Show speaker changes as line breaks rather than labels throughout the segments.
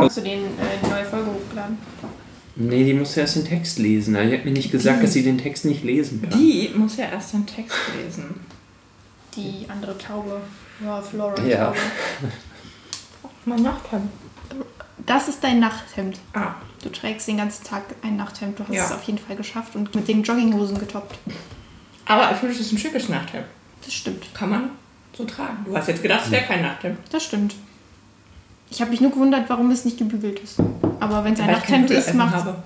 Hast du den, äh, die neue Folge hochgeladen?
Nee, die musste erst den Text lesen. Also, Die hat mir nicht gesagt, dass sie den Text nicht lesen kann.
Die muss ja erst den Text lesen.
Die andere Taube. Ja, Flora.
Ja.
Taube.
Mein Nachthemd.
Das ist dein Nachthemd.
Ah,
Du trägst den ganzen Tag ein Nachthemd. Du hast
Ja.
es auf jeden Fall geschafft und mit den Jogginghosen getoppt.
aber ich finde, das ist ein schickes Nachthemd.
Das stimmt.
Kann man so tragen. Du hast jetzt gedacht, es wäre kein Nachthemd.
Das stimmt. Ich habe mich nur gewundert, warum es nicht gebügelt ist. Aber wenn es ein
Weil ich kein
Nachthemd ist,
Bügeleisen
macht
habe.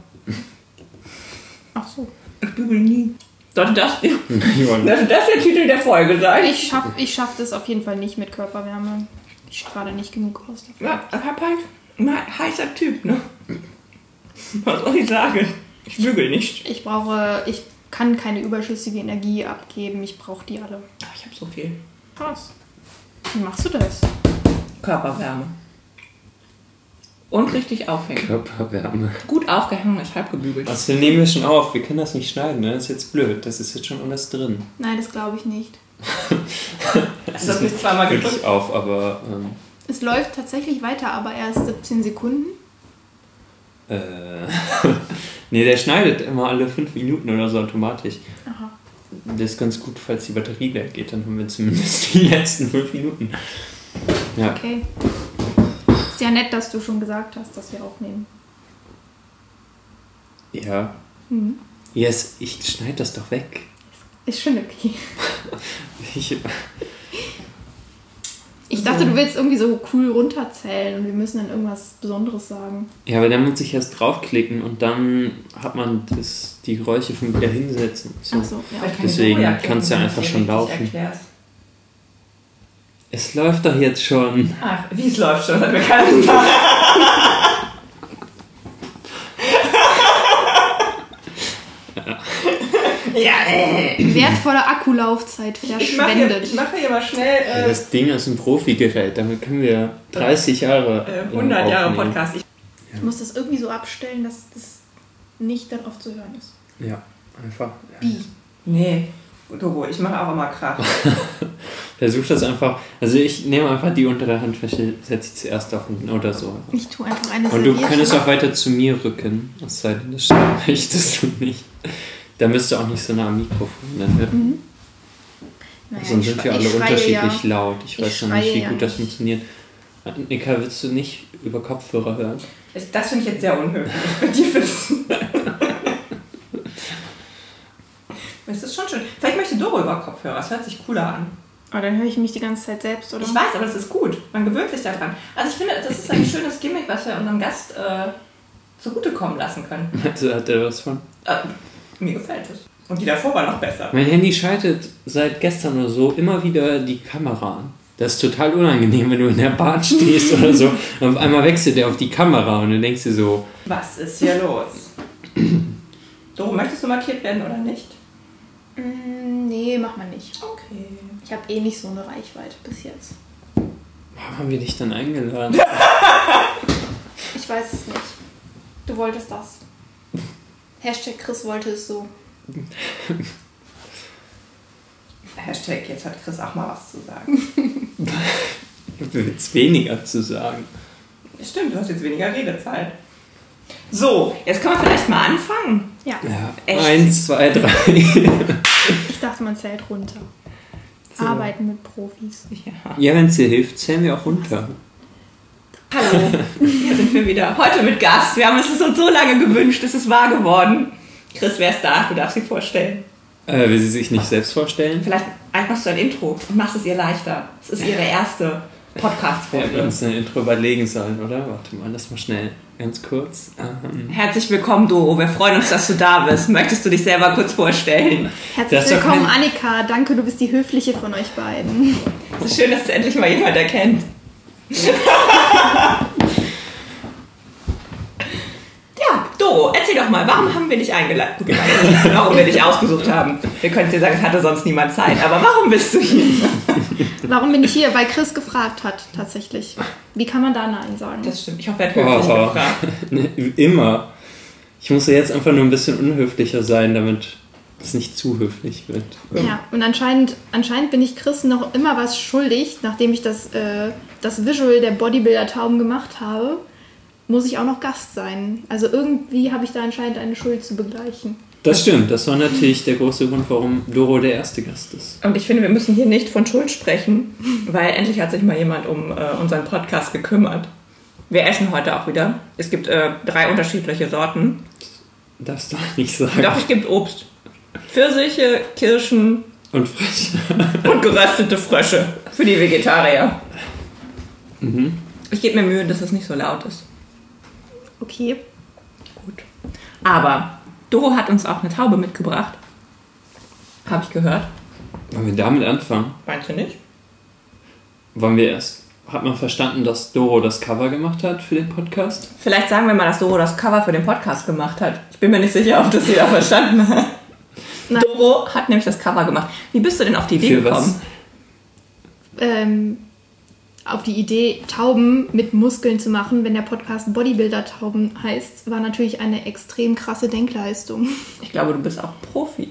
Ach so.
Ich bügel nie. Sollte das, sollte
Johann,
das der Titel der Folge sein?
Ich schaffe ich schaff das auf jeden Fall nicht mit Körperwärme. Ich strahle nicht genug aus. dafür.
Ja, ich hab halt ein heißer Typ, ne? Was soll ich sagen? Ich bügel nicht.
Ich brauche, ich kann keine überschüssige Energie abgeben. Ich brauche die alle.
Ach, ich habe so viel
Krass. Wie machst du das?
Körperwärme. Und richtig aufhängen.
Körperwärme.
Gut aufgehangen ist halb gebügelt.
Was wir nehmen wir schon auf. Wir können das nicht schneiden, ne? Das ist jetzt blöd. Das ist jetzt schon alles drin.
Nein, das glaube ich nicht.
Das habe ich zweimal gedrückt.
Wirklich auf, aber ähm,
Es läuft tatsächlich weiter, aber erst 17 Sekunden.
äh, nee, der schneidet immer alle fünf Minuten oder so automatisch.
Aha.
Das ist ganz gut, falls die Batterie leer geht, dann haben wir zumindest die letzten fünf Minuten. Ja,
Okay. Ist ja nett, dass du schon gesagt hast, dass wir aufnehmen.
ja.
Hm.
Yes, ich schneide das doch weg.
Ist schon okay.
Ich,
Ich dachte, du willst irgendwie so cool runterzählen und wir müssen dann irgendwas Besonderes sagen.
ja, aber dann muss ich erst draufklicken und dann hat man das, die Geräusche vom wieder hinsetzen. So.
Ach so, ja.
Deswegen kannst du einfach schon laufen. Es läuft doch jetzt schon.
Ach, wie es läuft schon, hat mir keiner gesagt. ja, ey.
Wertvolle Akkulaufzeit
Ich mache hier,
verschwendet.
ich mach hier mal schnell äh,
Das Ding ist ein Profigerät, damit können wir 30 Jahre.
äh, äh, 100 Jahre
aufnehmen.
Podcast. Ich,
Ich muss das irgendwie so abstellen, dass das nicht darauf zu hören ist.
Ja, einfach.
Wie?
nee, Doro, ich mache auch immer Krach.
Versuch das einfach. Also ich nehme einfach die untere Handfläche, setze ich zuerst auf den oder so.
Ich tue einfach eine
Und du
Serviette.
könntest auch weiter zu mir rücken, es sei denn, das möchtest du nicht. Dann bist du auch nicht so nah am Mikrofon. Dann hört
Naja,
Sonst
ich
sind
schrei-
wir alle
ich schreie
unterschiedlich
Ja.
laut. Ich
Ich
weiß noch nicht, wie
schreie ja
gut das
nicht.
funktioniert. Nika, willst du nicht über Kopfhörer hören?
Das- Das finde ich jetzt sehr unhöflich. Bei dir findest du. Es ist schon schön. Vielleicht möchte Doro über Kopfhörer. Es hört sich cooler an.
Aber dann höre ich mich die ganze Zeit selbst, oder?
Ich weiß, aber das ist gut. Man gewöhnt sich daran. Also ich finde, das ist ein schönes Gimmick, was wir unserem Gast äh, zugutekommen lassen können.
Also hat er was von.
Äh, mir gefällt es. Und die davor war noch besser.
Mein Handy schaltet seit gestern oder so immer wieder die Kamera an. Das ist total unangenehm, wenn du in der Bahn stehst oder so. Und auf einmal wechselt er auf die Kamera und du denkst dir so,
Was ist hier los? Doro, möchtest du markiert werden oder nicht?
Mm, nee, mach mal nicht.
Okay.
Ich habe eh nicht so eine Reichweite bis jetzt.
warum haben wir dich dann eingeladen?
Ich weiß es nicht. Du wolltest das. Hashtag Chris wollte es so.
Hashtag, jetzt hat Chris auch mal was zu sagen.
Ich habe jetzt weniger zu sagen.
Stimmt, du hast jetzt weniger Redezeit. So, jetzt können wir vielleicht mal anfangen.
Ja,
Ja,
Echt?
eins, zwei, drei.
ich dachte, man zählt runter. Arbeiten mit Profis.
Ja.
Ja, wenn es dir hilft, zählen wir auch runter.
Hallo, hier sind wir wieder. Heute mit Gast. Wir haben es uns so lange gewünscht, es ist wahr geworden. Chris, wer ist da? Du darfst dich vorstellen.
Äh, will sie sich nicht selbst vorstellen?
Vielleicht machst du ein Intro und machst es ihr leichter. Es ist ihre erste
Wir hätten
Podcast-Folge.
uns ein Intro überlegen sollen, oder? Warte mal, lass mal schnell, ganz kurz. Ähm,
Herzlich willkommen, Doro. Wir freuen uns, dass du da bist. Möchtest du dich selber kurz vorstellen?
Herzlich
Das ist doch
willkommen,
kein-
Annika. Danke, du bist die höfliche von euch beiden.
Es ist schön, dass es endlich mal jemand erkennt. ja, Doro, erzähl doch mal, warum haben wir dich eingeladen? Gut, wir wissen nicht, warum wir dich ausgesucht haben. Wir können dir sagen, es hatte sonst niemand Zeit, aber warum bist du hier?
Warum bin ich hier? Weil Chris gefragt hat, tatsächlich. Wie kann man da Nein sagen?
Das stimmt, ich hoffe, er hat höflich
oh,
gefragt.
ne, immer. Ich muss ja jetzt einfach nur ein bisschen unhöflicher sein, damit es nicht zu höflich wird.
Ja, und anscheinend, anscheinend bin ich Chris noch immer was schuldig, nachdem ich das, äh, das Visual der Bodybuilder-Tauben gemacht habe. muss ich auch noch Gast sein. Also irgendwie habe ich da anscheinend eine Schuld zu begleichen.
Das stimmt, das war natürlich der große Grund, warum Doro der erste Gast ist.
Und ich finde, wir müssen hier nicht von Schuld sprechen, weil endlich hat sich mal jemand um äh, unseren Podcast gekümmert. Wir essen heute auch wieder. Es gibt äh, drei unterschiedliche Sorten.
Darfst du auch nicht sagen.
Doch, es gibt Obst. Pfirsiche, Kirschen
Und frech.
und geröstete Frösche für die Vegetarier.
Mhm.
Ich gebe mir Mühe, dass es nicht so laut ist.
Okay.
Gut. Aber Doro hat uns auch eine Taube mitgebracht. Habe ich gehört.
Wollen wir damit anfangen?
Meinst du nicht?
Wollen wir erst. Hat man verstanden, dass Doro das Cover gemacht hat für den Podcast?
Vielleicht sagen wir mal, dass Doro das Cover für den Podcast gemacht hat. Ich bin mir nicht sicher, ob das jeder verstanden hat.
Nein.
Doro hat nämlich das Cover gemacht. Wie bist du denn auf die Idee
für
gekommen?
Ähm, auf die Idee, Tauben mit Muskeln zu machen, wenn der Podcast Bodybuilder-Tauben heißt, war natürlich eine extrem krasse Denkleistung.
Ich glaube, du bist auch Profi.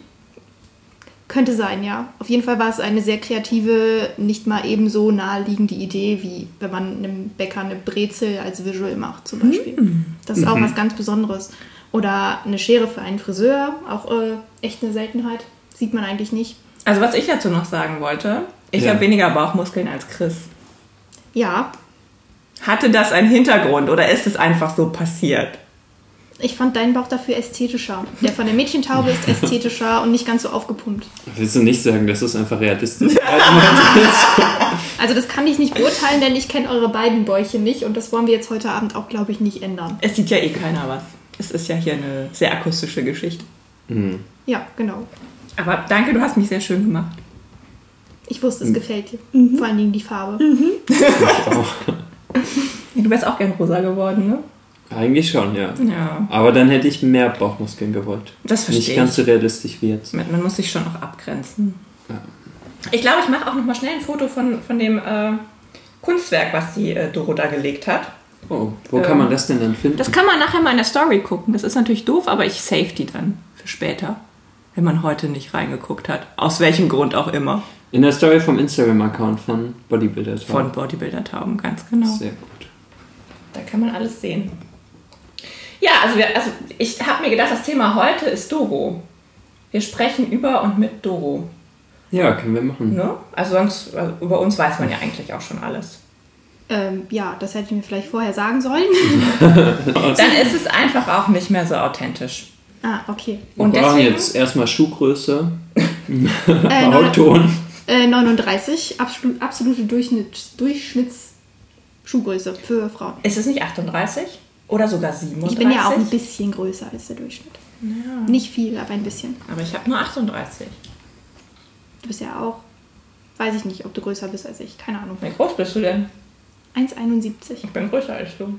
Könnte sein, ja. Auf jeden Fall war es eine sehr kreative, nicht mal ebenso naheliegende Idee, wie wenn man einem Bäcker eine Brezel als Visual macht, zum Beispiel. Das ist auch was ganz Besonderes. Oder eine Schere für einen Friseur, auch äh, echt eine Seltenheit. Sieht man eigentlich nicht.
Also, was ich dazu noch sagen wollte, ich
Ja.
habe weniger Bauchmuskeln als Chris.
Ja,
Hatte das einen Hintergrund oder ist es einfach so passiert?
ich fand deinen Bauch dafür ästhetischer. Der von der Mädchentaube ist ästhetischer und nicht ganz so aufgepumpt.
Willst du nicht sagen, dass das einfach realistisch ist?
Also das kann ich nicht beurteilen, denn ich kenne eure beiden Bäuche nicht und das wollen wir jetzt heute Abend auch, glaube ich, nicht ändern.
Es sieht ja eh keiner was. Es ist ja hier eine sehr akustische Geschichte.
Ja, genau.
Aber danke, du hast mich sehr schön gemacht.
Ich wusste, es gefällt dir. Vor allen Dingen die Farbe.
Du wärst auch gern rosa geworden, ne?
Eigentlich schon, ja.
Ja.
Aber dann hätte ich mehr Bauchmuskeln gewollt.
Das verstehe
Nicht ganz so realistisch wie jetzt.
Man man muss sich schon auch abgrenzen. Ich glaube, ich mache auch noch mal schnell ein Foto von, von dem äh, Kunstwerk, was die äh, Doro da gelegt hat.
Oh, wo kann man das denn dann finden?
Ähm, Das kann man nachher mal in der Story gucken. Das ist natürlich doof, aber ich save die dann für später, wenn man heute nicht reingeguckt hat. Aus welchem Grund auch immer.
In der Story vom Instagram-Account von Bodybuilder.
Von Bodybuilder-Tauben, ganz genau.
Sehr gut.
Da kann man alles sehen. Ja, also, wir, also ich habe mir gedacht, das Thema heute ist Doro. Wir sprechen über und mit Doro.
Ja, können wir machen.
Ne? Also sonst, also über uns weiß man ja eigentlich auch schon alles.
Ähm, ja, das hätte ich mir vielleicht vorher sagen sollen.
Oh,
Dann ist es einfach auch nicht mehr so authentisch.
ah, okay.
Und
wir brauchen
deswegen,
jetzt erstmal Schuhgröße,
Äh, neun-
Hautton.
äh, 39, absolut, absolute Durchschnitts, Durchschnittsschuhgröße für Frauen.
ist es nicht 38 oder sogar 37?
Ich bin ja auch ein bisschen größer als der Durchschnitt. Nicht viel, aber ein bisschen.
Aber ich habe nur 38.
Du bist ja auch, weiß ich nicht, ob du größer bist als ich. Keine Ahnung.
Wie groß bist du denn?
1,71.
Ich bin größer als du.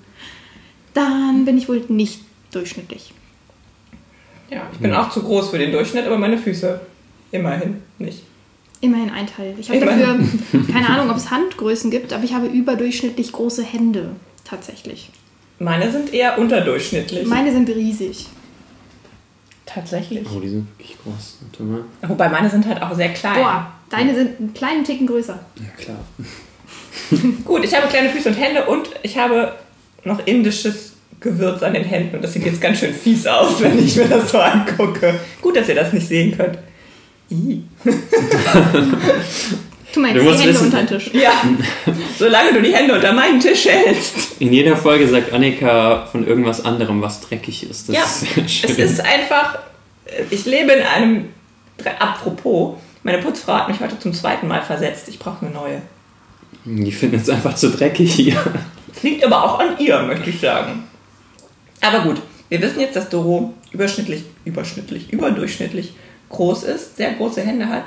Dann bin ich wohl nicht durchschnittlich.
Ja, ich bin auch zu groß für den Durchschnitt, aber meine Füße immerhin nicht.
Immerhin ein Teil. Ich habe dafür
Immerhin.
keine Ahnung, ob es Handgrößen gibt, aber ich habe überdurchschnittlich große Hände tatsächlich.
Meine sind eher unterdurchschnittlich.
Meine sind riesig.
Tatsächlich.
Oh, die sind wirklich groß. Warte mal.
Wobei meine sind halt auch sehr klein.
Boah, deine sind einen kleinen Ticken größer.
Ja, klar.
Gut, ich habe kleine Füße und Hände und ich habe noch indisches Gewürz an den Händen. Und das sieht jetzt ganz schön fies aus, wenn ich mir das so angucke. Gut, dass ihr das nicht sehen könnt. Ih.
Tu mal jetzt die
Du musst
Hände
wissen-
unter den Tisch.
Ja, solange du die Hände unter meinen Tisch hältst.
In jeder Folge sagt Annika von irgendwas anderem, was dreckig ist. Das
ja,
ist sehr schön.
es ist einfach, äh, ich lebe in einem, apropos, meine Putzfrau hat mich heute zum zweiten Mal versetzt. Ich brauche eine neue.
die finden es einfach zu dreckig hier.
Es liegt aber auch an ihr, möchte ich sagen. Aber gut, wir wissen jetzt, dass Doro überschnittlich, überschnittlich, überdurchschnittlich groß ist, sehr große Hände hat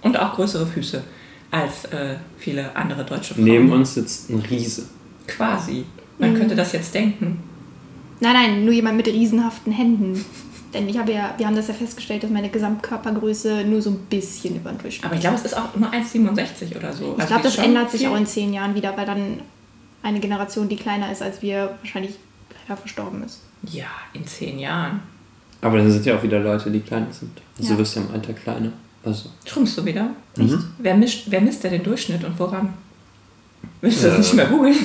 und auch größere Füße als äh, viele andere deutsche Frauen.
Neben uns sitzt ein Riese.
Quasi. Man
Mhm.
könnte das jetzt denken.
Nein, nein, nur jemand mit riesenhaften Händen. Denn ich habe ja, wir haben das ja festgestellt, dass meine Gesamtkörpergröße nur so ein bisschen über den Durchschnitt
Aber ich glaube, es ist auch nur 1,67 oder so. Also
Ich glaube, das ändert sich auch in zehn Jahren wieder, weil dann eine Generation, die kleiner ist als wir, wahrscheinlich leider verstorben ist.
Ja, in zehn Jahren.
Aber dann sind ja auch wieder Leute, die kleiner sind. Also
Ja.
du wirst ja im Alter kleiner. Also,
Schrumpfst du wieder?
Mhm.
Nicht? Wer, mischt, wer misst denn den Durchschnitt und woran? Willst du das
Äh.
nicht mehr googeln?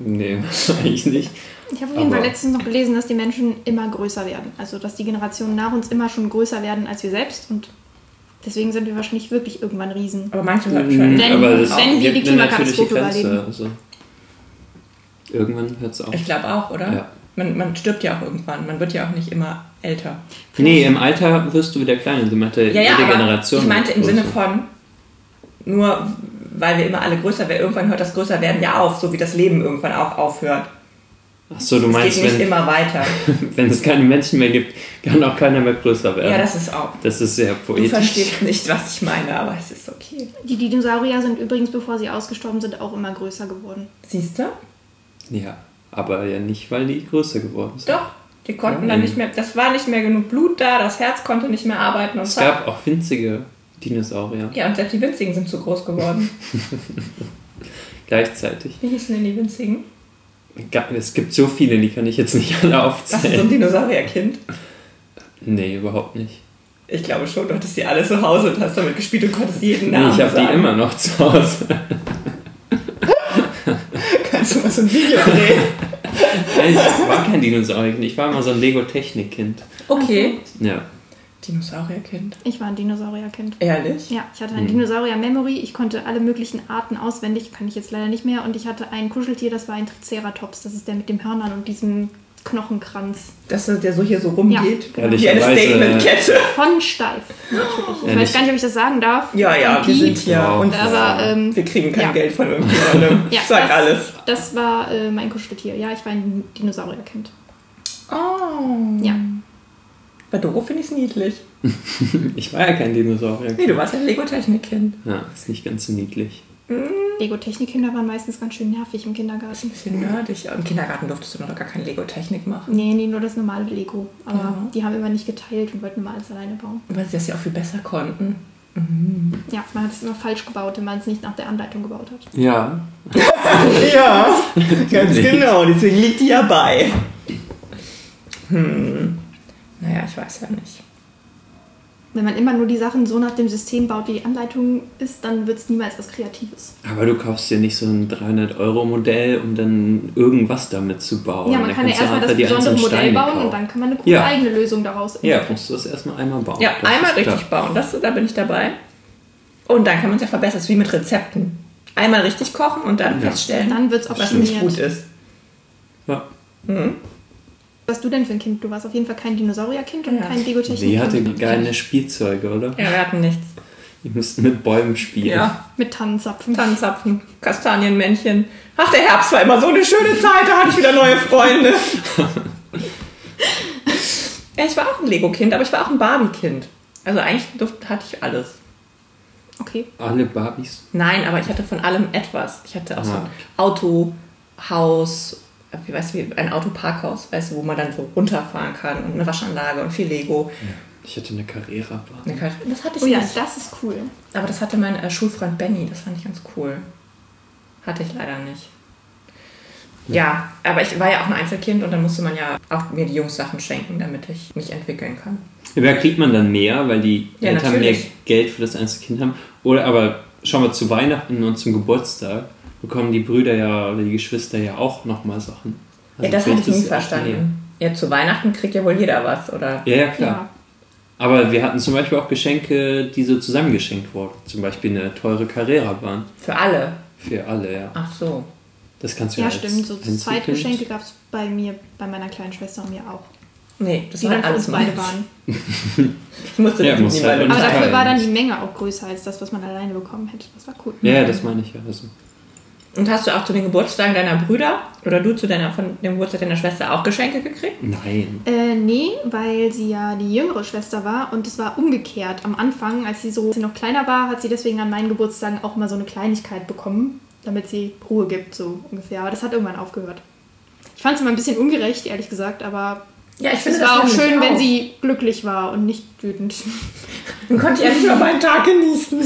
Nee, wahrscheinlich nicht.
Ich habe auf jeden Fall
Aber-
letztens noch gelesen, dass die Menschen immer größer werden. Also, dass die Generationen nach uns immer schon größer werden als wir selbst. Und deswegen sind wir wahrscheinlich wirklich irgendwann Riesen.
Aber manche hören
Mhm,
schon.
Wenn-
aber das
wenn wir die
gibt eine natürliche
Klimakatastrophe
Grenze,
überleben.
Also. Irgendwann hört es auf.
Ich glaube auch, oder?
Ja.
Man, man stirbt ja auch irgendwann. Man wird ja auch nicht immer älter.
Nee, im Alter wirst du wieder kleiner. Sie meinte,
Ja, ja,
jede
aber
Generation.
ich meinte
wird
im
größer.
Sinne von, nur weil wir immer alle größer werden, irgendwann hört das Größerwerden ja auf, so wie das Leben irgendwann auch aufhört.
Ach so, du
Es
meinst,
geht nicht
wenn,
immer weiter.
wenn es keine Menschen mehr gibt, kann auch keiner mehr größer werden.
Ja, das ist auch.
das Oh, ist sehr
Du
poetisch.
verstehst nicht, was ich meine, aber es ist okay.
Die Dinosaurier sind übrigens, bevor sie ausgestorben sind, auch immer größer geworden.
Siehst du?
Ja, aber ja nicht, weil die größer geworden sind.
Doch. Die konnten
Ja,
dann
eben.
nicht mehr, das war nicht mehr genug Blut da, das Herz konnte nicht mehr arbeiten und
Es
so.
gab auch winzige Dinosaurier
Ja, und selbst die Winzigen sind zu groß geworden.
gleichzeitig.
Wie hießen denn die Winzigen?
Ga- Es gibt so viele, die kann ich jetzt nicht alle
Das ist so ein
aufzählen.
Dinosaurierkind.
Nee, überhaupt nicht.
Ich glaube schon, du hattest die alle zu Hause und hast damit gespielt und konntest jeden
Nee,
Namen
ich habe
sagen.
die immer noch zu Hause.
Kannst du mal so ein Video drehen?
Ich war kein Dinosaurier, ich war immer so ein Lego-Technik-Kind.
Okay.
Ja.
Dinosaurierkind.
Ich war ein Dinosaurierkind.
Ehrlich?
Ja, ich hatte ein Dinosaurier-Memory. Ich konnte alle möglichen Arten auswendig, kann ich jetzt leider nicht mehr. Und ich hatte ein Kuscheltier, das war ein Triceratops. Das ist der mit dem Hörnern und diesem Knochenkranz.
Dass der so hier so
Ja.
rumgeht. Wie eine
Ehrlicherweise-
Statementkette.
Von steif, natürlich. Ich
Ja,
weiß
nicht-
gar nicht, ob ich das sagen darf.
Ja, ja, wir
Piep.
sind hier.
Wow.
Und
Aber ähm,
wir kriegen kein
ja.
Geld von irgendjemandem.
Ja,
Sag
das,
alles.
Das war äh, mein Kuscheltier. Ja, ich war ein Dinosaurierkind.
Oh.
Ja.
Bei Doro finde ich es niedlich.
Ich war ja kein Dinosaurier.
Nee, du warst ein Lego-Technik-Kind.
Ja, ist nicht ganz so niedlich.
Lego-Technikkinder waren meistens ganz schön nervig im
Ein
Kindergarten.
bisschen nerdig. Im Kindergarten durftest du noch gar keine Lego-Technik machen.
Nee, nee, nur das normale Lego. Aber
Ja.
die haben immer nicht geteilt und wollten immer alles alleine bauen.
Weil sie das ja auch viel besser konnten.
Ja, man hat es immer falsch gebaut, wenn man es nicht nach der Anleitung gebaut hat.
Ja.
Ja, ganz
Natürlich.
genau. Deswegen liegt die ja bei. Hm. Naja, ich weiß ja nicht.
Wenn man immer nur die Sachen so nach dem System baut, wie die Anleitung ist, dann wird es niemals was Kreatives.
Aber du kaufst dir nicht so ein 300-Euro-Modell, um dann irgendwas damit zu bauen.
ja, man
Da
kann ja
kannst du
erstmal das
einfach die
besondere
einzelnen
Modell
Steine
bauen
kaufen.
und dann kann man eine coole
Ja.
eigene Lösung daraus
Ja, musst du das erstmal einmal bauen.
Ja,
Das
einmal
ist
richtig
klar.
bauen, das, da bin ich dabei. Und dann kann man es ja verbessern, das ist wie mit Rezepten. Einmal richtig kochen und dann
Ja.
feststellen,
Dann wird's
ob das nicht gut
optimiert.
ist.
Ja.
Was du denn für ein Kind? Du warst auf jeden Fall kein Dinosaurierkind und
Ja.
kein
Die hatte
Lego-Technikkind.
keine Spielzeuge, oder?
Ja, wir hatten nichts.
Die mussten mit Bäumen spielen.
Mit Tannenzapfen.
Tannenzapfen, Kastanienmännchen. Ach, der Herbst war immer so eine schöne Zeit, da hatte ich wieder neue Freunde. ja, ich war auch ein Lego-Kind, aber ich war auch ein Barbie-Kind. Also eigentlich durfte, hatte ich alles.
Okay.
Alle Barbies.
Nein, aber ich hatte von allem etwas. Ich hatte auch so ein
Ah.
Auto, Haus, wie weißt du, wie ein Autoparkhaus, weißt du, wo man dann so runterfahren kann und eine Waschanlage und viel Lego.
Ich hatte eine Carrera-Bar.
Eine Kar- Das hatte ich
Oh ja,
nicht.
das ist cool.
Aber das hatte mein äh, Schulfreund Benny, das fand ich ganz cool. Hatte ich leider nicht. Ja, aber ich war ja auch ein Einzelkind und dann musste man ja auch mir die Jungs Sachen schenken, damit ich mich entwickeln kann.
Da kriegt man dann mehr, weil die
Ja,
Eltern
natürlich.
mehr Geld für das einzelne Kind haben. Oder aber schau mal, zu Weihnachten und zum Geburtstag bekommen die Brüder ja oder die Geschwister ja auch nochmal Sachen. Also
Also Ja, das
finde
habe ich nie
echt leer.
verstanden. Ja, zu Weihnachten kriegt ja wohl jeder was, oder?
Ja, ja, klar. Aber wir hatten zum Beispiel auch Geschenke, die so zusammengeschenkt wurden. Zum Beispiel eine teure Carrera-Bahn
Für alle.
für alle, ja.
Ach so.
Das kannst du
Ja,
als
stimmt. So
Einzelkind-
Zweitgeschenke gab es bei mir, bei meiner kleinen Schwester und mir auch.
Nee, das
Die
waren
dann für
alles
uns beide
meins.
waren.
Ich musste
Ja,
das
muss
nie mal
halt
Aber
Nicht
dafür
teilen.
war dann die Menge auch größer als das, was man alleine bekommen hätte. Das war cool.
Ja, ja, das meine ich ja. Also,
Und hast du auch zu den Geburtstagen deiner Brüder oder du zu deiner, von dem Geburtstag deiner Schwester auch Geschenke gekriegt?
nein.
Äh, nee, weil sie ja die jüngere Schwester war und es war umgekehrt. Am Anfang, als sie so als sie noch kleiner war, hat sie deswegen an meinen Geburtstagen auch mal so eine Kleinigkeit bekommen, damit sie Ruhe gibt, so ungefähr. Aber das hat irgendwann aufgehört. Ich fand es immer ein bisschen ungerecht, ehrlich gesagt, aber
Ja, ich
es war auch schön, wenn sie glücklich war und nicht wütend.
Dann konnte ich endlich mal meinen Tag genießen.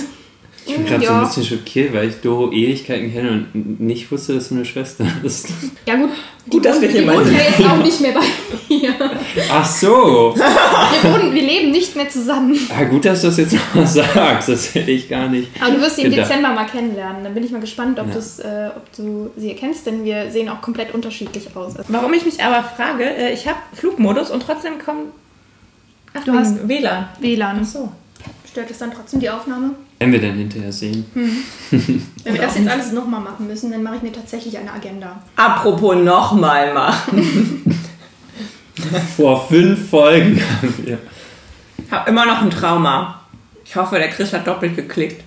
Ich
Mm,
bin gerade so ein bisschen schockiert, weil ich Doro Ewigkeiten kenne und nicht wusste, dass du eine Schwester hast.
Ja gut, die
Gut, dass wir hier
wohnen-
mal
die wohnen
sind.
ja jetzt auch nicht mehr bei mir.
Ach so!
Wir, wohnen, wir leben nicht mehr zusammen.
Ah, gut, dass du das jetzt mal sagst. Das hätte ich gar nicht.
Aber du wirst sie im
Gedacht.
Dezember mal kennenlernen. Dann bin ich mal gespannt, ob,
Ja.
du's, äh, ob du sie erkennst, denn wir sehen auch komplett unterschiedlich aus. Also,
Warum ich mich aber frage, äh, ich habe Flugmodus und trotzdem kommen. Ach,
Du
du hast
hast
WLAN.
WLAN.
so.
Stört es dann trotzdem die Aufnahme?
Wenn wir dann hinterher sehen.
Wenn wir
Ja.
das jetzt alles nochmal machen müssen, dann mache ich mir tatsächlich eine Agenda.
Apropos nochmal machen.
Vor fünf Folgen haben wir.
Ich habe immer noch ein Trauma. Ich hoffe, der Chris hat doppelt geklickt.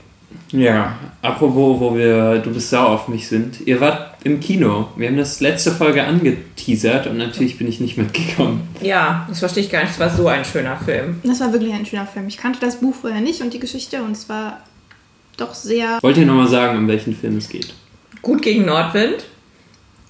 Ja, apropos, wo wir Du bist sauer auf mich sind. Ihr wart im Kino. Wir haben das letzte Folge angeteasert und natürlich bin ich nicht mitgekommen.
Ja, das verstehe ich gar nicht. Es war so ein schöner Film.
Das war wirklich ein schöner Film. Ich kannte das Buch vorher nicht und die Geschichte und es war doch sehr.
Wollt ihr nochmal sagen, um welchen Film es geht?
Gut gegen Nordwind.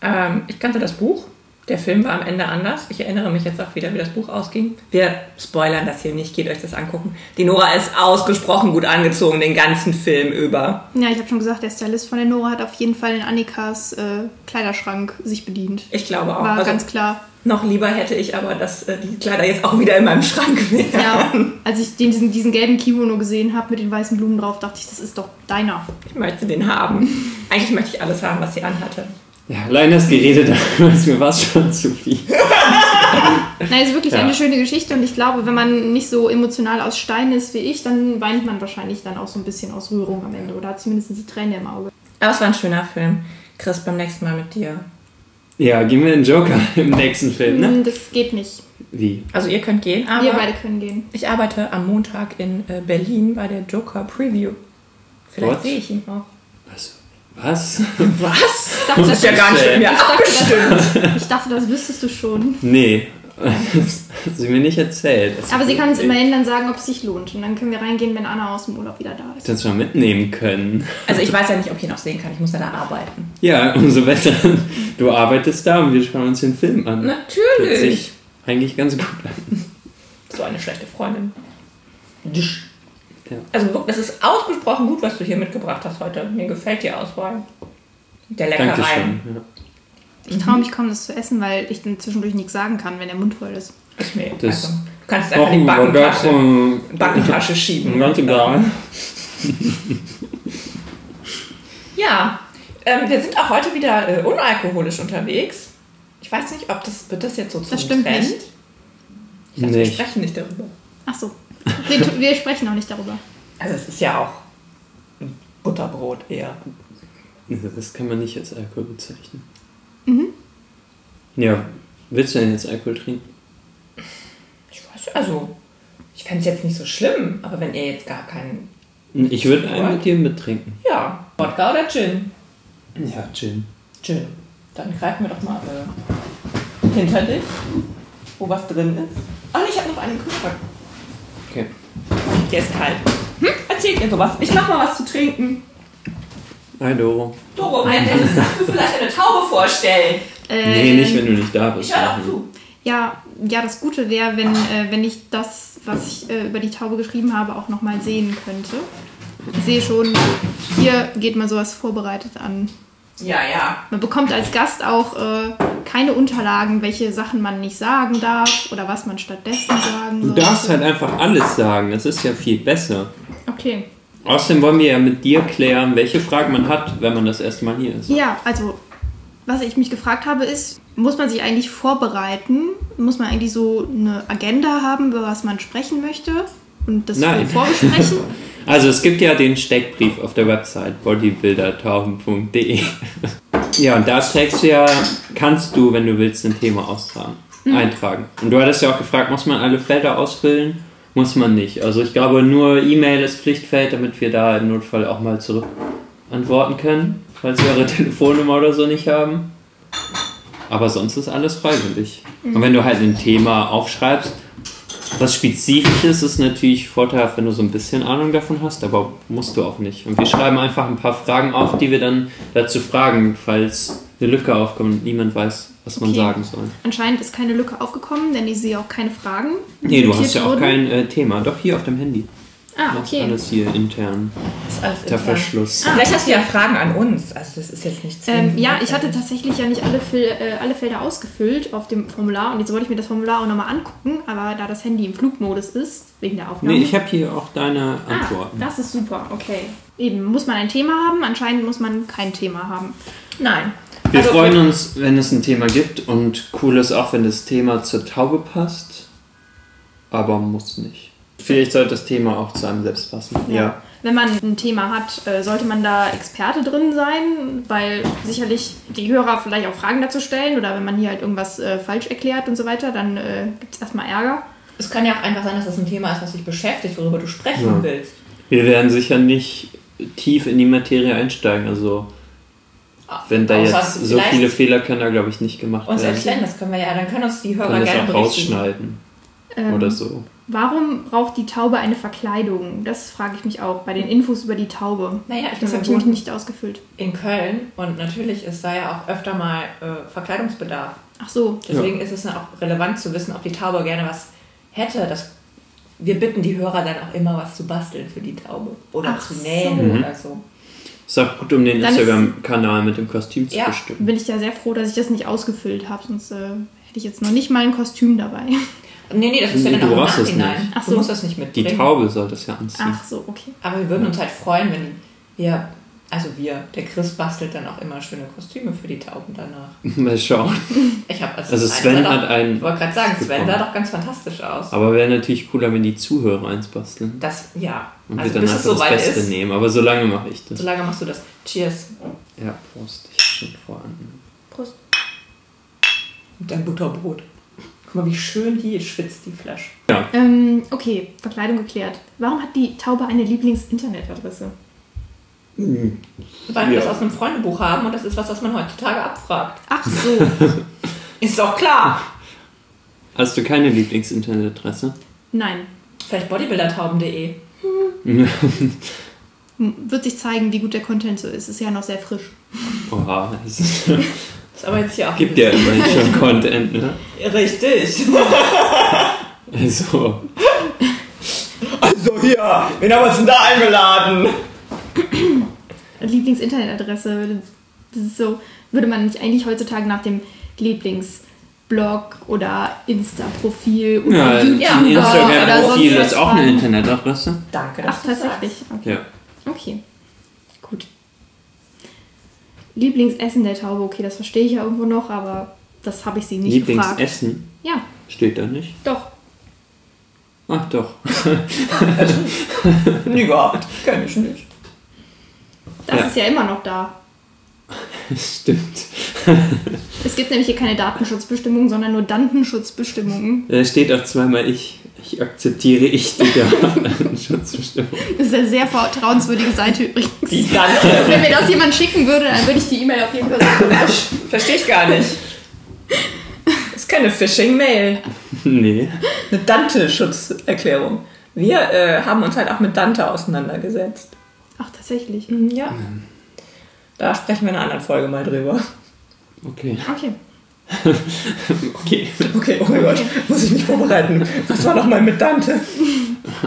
Ähm, ich kannte das Buch. Der Film war am Ende anders. Ich erinnere mich jetzt auch wieder, wie das Buch ausging. Wir spoilern das hier nicht. Geht euch das angucken. Die Nora ist ausgesprochen gut angezogen den ganzen Film über.
Ja, ich habe schon gesagt, der Stylist von der Nora hat auf jeden Fall in Annikas äh, Kleiderschrank sich bedient.
Ich glaube auch.
War
Also-
ganz klar.
Noch lieber hätte ich aber, dass äh, die Kleider jetzt auch wieder in meinem Schrank wären.
Ja, als ich den, diesen, diesen gelben Kimono gesehen habe mit den weißen Blumen drauf, dachte ich, das ist doch deiner.
Ich möchte den haben. Eigentlich möchte ich alles haben, was sie anhatte.
Ja, allein das Gerede darüber ist mir was schon zu viel.
Nein, es ist also wirklich
Ja.
eine schöne Geschichte und ich glaube, wenn man nicht so emotional aus Stein ist wie ich, dann weint man wahrscheinlich dann auch so ein bisschen aus Rührung am Ende oder hat zumindest die Träne im Auge.
Aber es war ein schöner Film. Chris, beim nächsten Mal mit dir.
Ja, gehen wir in Joker im nächsten Film, ne?
Hm, Das geht nicht.
Wie?
Also ihr könnt gehen, aber
Wir beide können gehen.
ich arbeite am Montag in äh, Berlin bei der Joker Preview. Vielleicht
What?
sehe ich ihn auch.
Was? Was?
Was?
Ich dachte,
Das ist ja gar nicht mit mir abgestimmt.
ich dachte, das wüsstest du schon.
Nee. Das hat sie mir nicht erzählt. Das
Aber sie kann uns immerhin dann sagen, ob es sich lohnt. Und dann können wir reingehen, wenn Anna aus dem Urlaub wieder da ist.
Hätte uns mal mitnehmen können.
Also ich weiß ja nicht, ob ich ihn auch sehen kann. Ich muss ja da arbeiten.
Ja, umso besser. Du arbeitest da und wir schauen uns den Film an. Hört sich
Natürlich.
eigentlich ganz gut an.
So eine schlechte Freundin.
Ja.
Also wirklich, das ist ausgesprochen gut, was du hier mitgebracht hast heute. Mir gefällt die Auswahl. Der Leckerei.
Dankeschön. Ja.
Ich traue mich kaum, das zu essen, weil ich dann zwischendurch nichts sagen kann, wenn der Mund voll ist.
Ist mir egal.
Das-
also, du kannst es einfach
Kochen
in die
war gar
Backentasche,
schon
Backentasche schieben.
ganz egal.
Ja, ähm, wir sind auch heute wieder äh, unalkoholisch unterwegs. Ich weiß nicht, ob das wird das jetzt so zum
Das stimmt
Trend.
nicht.
Ich dachte, wir
Nicht.
sprechen nicht darüber.
Ach so. Wir, wir sprechen auch nicht darüber.
Also es ist ja auch ein Butterbrot eher.
Das kann man nicht als Alkohol bezeichnen.
Mhm.
Ja. Willst du denn jetzt Alkohol trinken?
Ich weiß nicht, also ich fände es jetzt nicht so schlimm, aber wenn ihr jetzt gar keinen,
Ich würde einen mit dir mittrinken.
ja, Wodka oder Gin?
Ja, Gin.
Gin. Dann greifen wir doch mal äh, hinter dich, wo was drin ist. Ach, ich habe noch einen im Kühlschrank.
Okay.
Der ist kalt. Hm? Erzählt ihr sowas? Ich mach mal was zu trinken.
Hi, Doro.
Doro, kannst du vielleicht eine Taube vorstellen?
Nee,
Äh,
nicht, wenn du nicht da bist.
Ähm, Ich höre auch zu.
Ja, ja, das Gute wäre, wenn, äh, wenn ich das, was ich äh, über die Taube geschrieben habe, auch nochmal sehen könnte. Ich sehe schon, hier geht man sowas vorbereitet an.
Ja, ja.
Man bekommt als Gast auch äh, keine Unterlagen, welche Sachen man nicht sagen darf oder was man stattdessen sagen
Du
sollte.
darfst halt einfach alles sagen. Das ist ja viel besser.
Okay.
Außerdem wollen wir ja mit dir klären, welche Fragen man hat, wenn man das erste Mal hier ist.
Ja, also was ich mich gefragt habe, ist, muss man sich eigentlich vorbereiten? Muss man eigentlich so eine Agenda haben, über was man sprechen möchte und das
Nein.
vorbesprechen?
Also es gibt ja den Steckbrief auf der Website bodybuildertauben.de. Ja, und da trägst du ja, kannst du, wenn du willst, ein Thema austragen, eintragen. Und du hattest ja auch gefragt, muss man alle Felder ausfüllen? Muss man nicht. Also ich glaube, nur E-Mail ist Pflichtfeld, damit wir da im Notfall auch mal zurück antworten können, falls wir eure Telefonnummer oder so nicht haben. Aber sonst ist alles freiwillig.
Mhm.
Und wenn du halt ein Thema aufschreibst, was Spezifisches ist natürlich vorteilhaft, wenn du so ein bisschen Ahnung davon hast, aber musst du auch nicht. Und wir schreiben einfach ein paar Fragen auf, die wir dann dazu fragen, falls eine Lücke aufkommt und niemand weiß, was man
Okay.
sagen soll.
Anscheinend ist keine Lücke aufgekommen, denn ich sehe auch keine Fragen.
Nee, du
notiert
hast ja auch
wurden.
kein äh, Thema. Doch hier auf dem Handy.
Ah,
Das ist
okay.
alles hier intern.
Ist alles
Der
intern.
Verschluss.
Vielleicht hast du ja Fragen an uns. Also das ist jetzt nicht
Ah. Ähm,
zwingend.
ja, ich hatte tatsächlich ja nicht alle, Fel äh, alle Felder ausgefüllt auf dem Formular und jetzt wollte ich mir das Formular auch nochmal angucken, aber da das Handy im Flugmodus ist, wegen der Aufnahme.
Nee, ich habe hier auch deine
ah,
Antworten.
das ist super, okay. Eben, muss man ein Thema haben? Anscheinend muss man kein Thema haben.
Nein.
Wir
Also,
freuen uns, wenn es ein Thema gibt und cool ist auch, wenn das Thema zur Taube passt, aber muss nicht. Vielleicht sollte das Thema auch zu einem selbst passen. Ja.
Wenn man ein Thema hat, äh, sollte man da Experte drin sein, weil sicherlich die Hörer vielleicht auch Fragen dazu stellen oder wenn man hier halt irgendwas äh, falsch erklärt und so weiter, dann äh, gibt es erstmal Ärger.
Es kann ja auch einfach sein, dass das ein Thema ist, was dich beschäftigt, worüber du sprechen
Ja.
willst.
Wir werden sicher nicht tief in die Materie einsteigen. Also wenn da
Außer
jetzt so
vielleicht
viele Fehler können da, glaube ich, nicht gemacht
Uns
werden.
erklären, das können wir ja, dann können uns die Hörer
Können das
gerne
auch
berichtigen.
rausschneiden
Ähm,
oder so.
Warum braucht die Taube eine Verkleidung? Das frage ich mich auch bei den Infos über die Taube.
Naja,
das
ich
habe
bin
ich nämlich
gewohnt
nicht ausgefüllt.
in Köln und natürlich ist da ja auch öfter mal äh, Verkleidungsbedarf.
Ach so.
Deswegen ist es dann auch relevant zu wissen, ob die Taube gerne was hätte. Das, wir bitten die Hörer dann auch immer, was zu basteln für die Taube. Oder
Ach
zu
so.
nähen
Mhm.
oder so.
Ist auch gut, um den
Dann ist-
Instagram-Kanal mit dem Kostüm zu
Ja.
bestimmen.
Bin ich ja sehr froh, dass ich das nicht ausgefüllt habe, sonst äh, hätte ich jetzt noch nicht mal ein Kostüm dabei.
Nee, nee, das ist
Nee,
ja dann
du
auch
brauchst
im
es
Nachhinein.
nicht.
Ach
Du
so.
musst das nicht
Die
mitbringen.
Taube soll das ja anziehen.
Ach so, okay.
Aber wir würden uns halt freuen, wenn wir, also wir, der Chris bastelt dann auch immer schöne Kostüme für die Tauben danach.
Mal schauen.
Ich habe als
Also
eins
Sven
sah
hat
doch-
einen
Ich wollte gerade sagen, Sven sah
bekommen.
doch ganz fantastisch aus.
Aber wäre natürlich cooler, wenn die Zuhörer eins basteln.
Das, ja.
Und
Also
wir dann
bis es
einfach das
soweit
Beste
ist,
nehmen. Aber solange mache ich das.
solange machst du das. Cheers.
Ja, Prost. Ich hab schon voran.
Prost.
Mit deinem Butterbrot. Guck mal, wie schön die schwitzt, die Flasche.
Ähm, okay, Verkleidung geklärt. Warum hat die Taube eine Lieblings-Internetadresse?
Weil wir
Ja.
das aus einem Freundebuch haben und das ist was, was man heutzutage abfragt.
Ach so.
Ist doch klar.
Hast du keine Lieblingsinternetadresse?
Nein.
Vielleicht bodybuildertauben.de.
M- Wird sich zeigen, wie gut der Content so ist. Ist ja noch sehr frisch.
Oha, es ist-
Ist aber jetzt hier auch
gibt ja
ein
immerhin schon Content, ne?
bisschen- Richtig.
Also,
Also hier, wen haben wir uns denn da eingeladen?
Lieblings-Internetadresse. Das ist so, würde man nicht eigentlich heutzutage nach dem Lieblingsblog oder Insta-Profil
ja,
oder
ein
YouTube
Ja, oder
Instagram-Profil
sonst
ist
was
auch eine
fragen.
Internetadresse.
Danke. dass
Ach,
du das
tatsächlich. Okay.
Ja.
okay. Gut. Lieblingsessen der Taube, okay, das verstehe ich ja irgendwo noch, aber das habe ich sie nicht gefragt.
Lieblingsessen
Ja,
steht da nicht.
doch.
Ach doch.
sagst. Nie gehabt. Kenn ich nicht.
Das
Ja.
ist ja immer noch da.
Stimmt.
Es gibt nämlich hier keine Datenschutzbestimmungen, sondern nur Dantenschutzbestimmungen.
Da Äh, steht auch zweimal ich. Ich akzeptiere ich die Datenschutzbestimmung.
Das ist eine sehr vertrauenswürdige Seite übrigens.
Die Dante.
Wenn mir das jemand schicken würde, dann würde ich die E-Mail auf jeden Fall löschen.
Verstehe ich gar nicht. Das ist keine Phishing-Mail.
Nee.
Eine Dante-Schutzerklärung. Wir äh, haben uns halt auch mit Dante auseinandergesetzt.
Ach, tatsächlich.
Ja. Da sprechen wir in einer anderen Folge mal drüber.
Okay.
Okay.
Okay.
Okay, oh mein Gott, muss ich mich vorbereiten. Was war nochmal mit Dante?